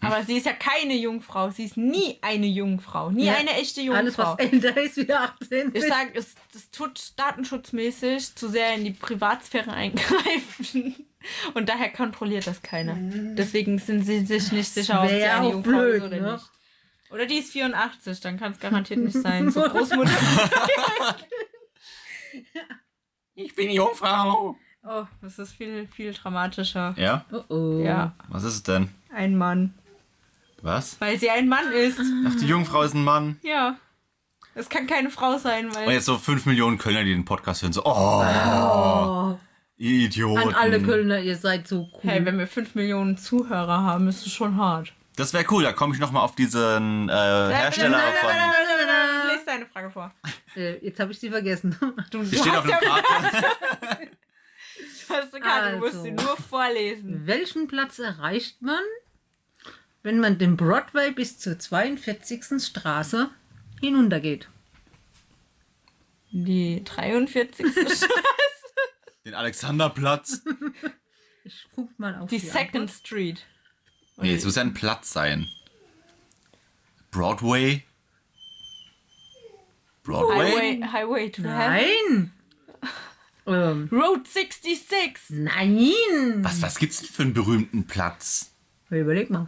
A: Aber sie ist ja keine Jungfrau. Sie ist nie eine Jungfrau. Nie
C: Ja,
A: eine echte
C: Alles,
A: Jungfrau.
C: was älter ist, wieder 18
A: ich
C: ist.
A: sage, es, das tut datenschutzmäßig zu sehr in die Privatsphäre [laughs] eingreifen. Und daher kontrolliert das keiner. Deswegen sind sie sich nicht sicher, ob sie
C: wär
A: eine
C: auch
A: Jungfrau
C: blöd,
A: ist oder
C: ne?
A: nicht. Oder die ist 84, dann kann es garantiert nicht sein.
C: [laughs]
A: So Großmutter.
B: Ich bin Jungfrau.
A: Oh, das ist viel, viel dramatischer.
B: Ja?
C: Oh, oh.
A: Ja,
B: Was ist es denn?
A: ein Mann.
B: Was?
A: Weil sie ein Mann ist.
B: Ach, die Jungfrau ist ein Mann.
A: Ja. Es kann keine Frau sein,
B: Und
A: weil.
B: jetzt so 5 Millionen Kölner, die den Podcast hören, so, oh,
C: Oh,
B: ihr Idioten.
C: an alle Kölner, ihr seid so cool.
A: Hey, wenn wir 5 Millionen Zuhörer haben, ist es schon hart.
B: Das wäre cool, da komme ich nochmal auf diesen äh, Hersteller
A: Nein, nein, nein,
C: [laughs]
B: von.
A: nein, nein, nein, nein. Lest deine Frage vor.
C: Äh, jetzt habe ich sie vergessen.
A: Du,
B: Die
A: du
B: steht auf
A: hast ja
B: einer Karte.
A: hast eine Karte, du musst
C: Also.
A: sie nur vorlesen.
C: Welchen Platz erreicht man, wenn man den Broadway bis zur 42. Straße hinuntergeht?
A: Die 43. [laughs]
B: Den Alexanderplatz.
C: Ich guck mal auf
A: die
C: die,
A: Second Street.
B: Nee, es muss ja ein Platz sein. Broadway. Broadway?
A: Highway, Highway to Heaven.
C: Antwort. Nein! ähm,
A: Road 66.
C: nein!
B: Was, was gibt's denn für einen berühmten Platz?
C: Überleg mal.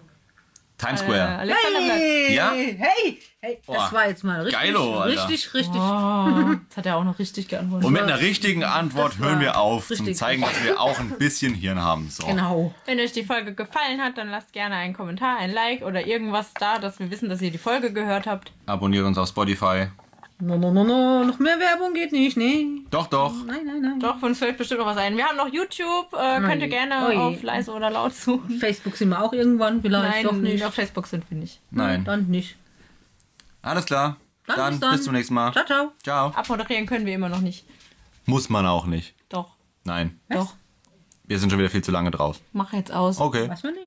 B: Times
A: Äh,
B: Square.
A: Alexanderplatz.
B: Ja?
C: Hey! Hey!
B: Boah.
C: Das war jetzt mal richtig,
B: Geilo, Alter.
C: richtig, richtig.
A: Oh, das hat er auch noch richtig geantwortet.
B: Und mit einer richtigen Antwort
C: Das war
B: hören wir auf, zum
C: richtig.
B: zeigen, dass wir auch ein bisschen Hirn haben. So.
C: Genau.
A: Wenn euch die Folge gefallen hat, dann lasst gerne einen Kommentar, ein Like oder irgendwas da, dass wir wissen, dass ihr die Folge gehört habt.
B: Abonniert uns auf Spotify.
C: No, no, no, no. Noch mehr Werbung geht nicht, nee.
B: Doch, doch.
C: Nein, nein, nein.
A: Doch, uns fällt bestimmt noch was ein. Wir haben noch YouTube, äh, könnt ihr gerne
C: Ui.
A: auf leise oder laut suchen.
C: Facebook sind wir auch irgendwann, vielleicht
A: Nein,
C: doch nicht.
A: auf Facebook sind wir nicht.
B: Nein.
C: Dann nicht.
B: Alles klar.
C: Dann
B: Dann
C: bis dann.
B: bis zum nächsten Mal.
C: Ciao, ciao.
B: Ciao.
A: Abmoderieren können wir immer noch nicht.
B: Muss man auch nicht.
A: Doch,
B: Nein.
A: doch.
B: Wir sind schon wieder viel zu lange drauf.
A: Mach jetzt aus.
B: Okay.
C: Weiß man nicht.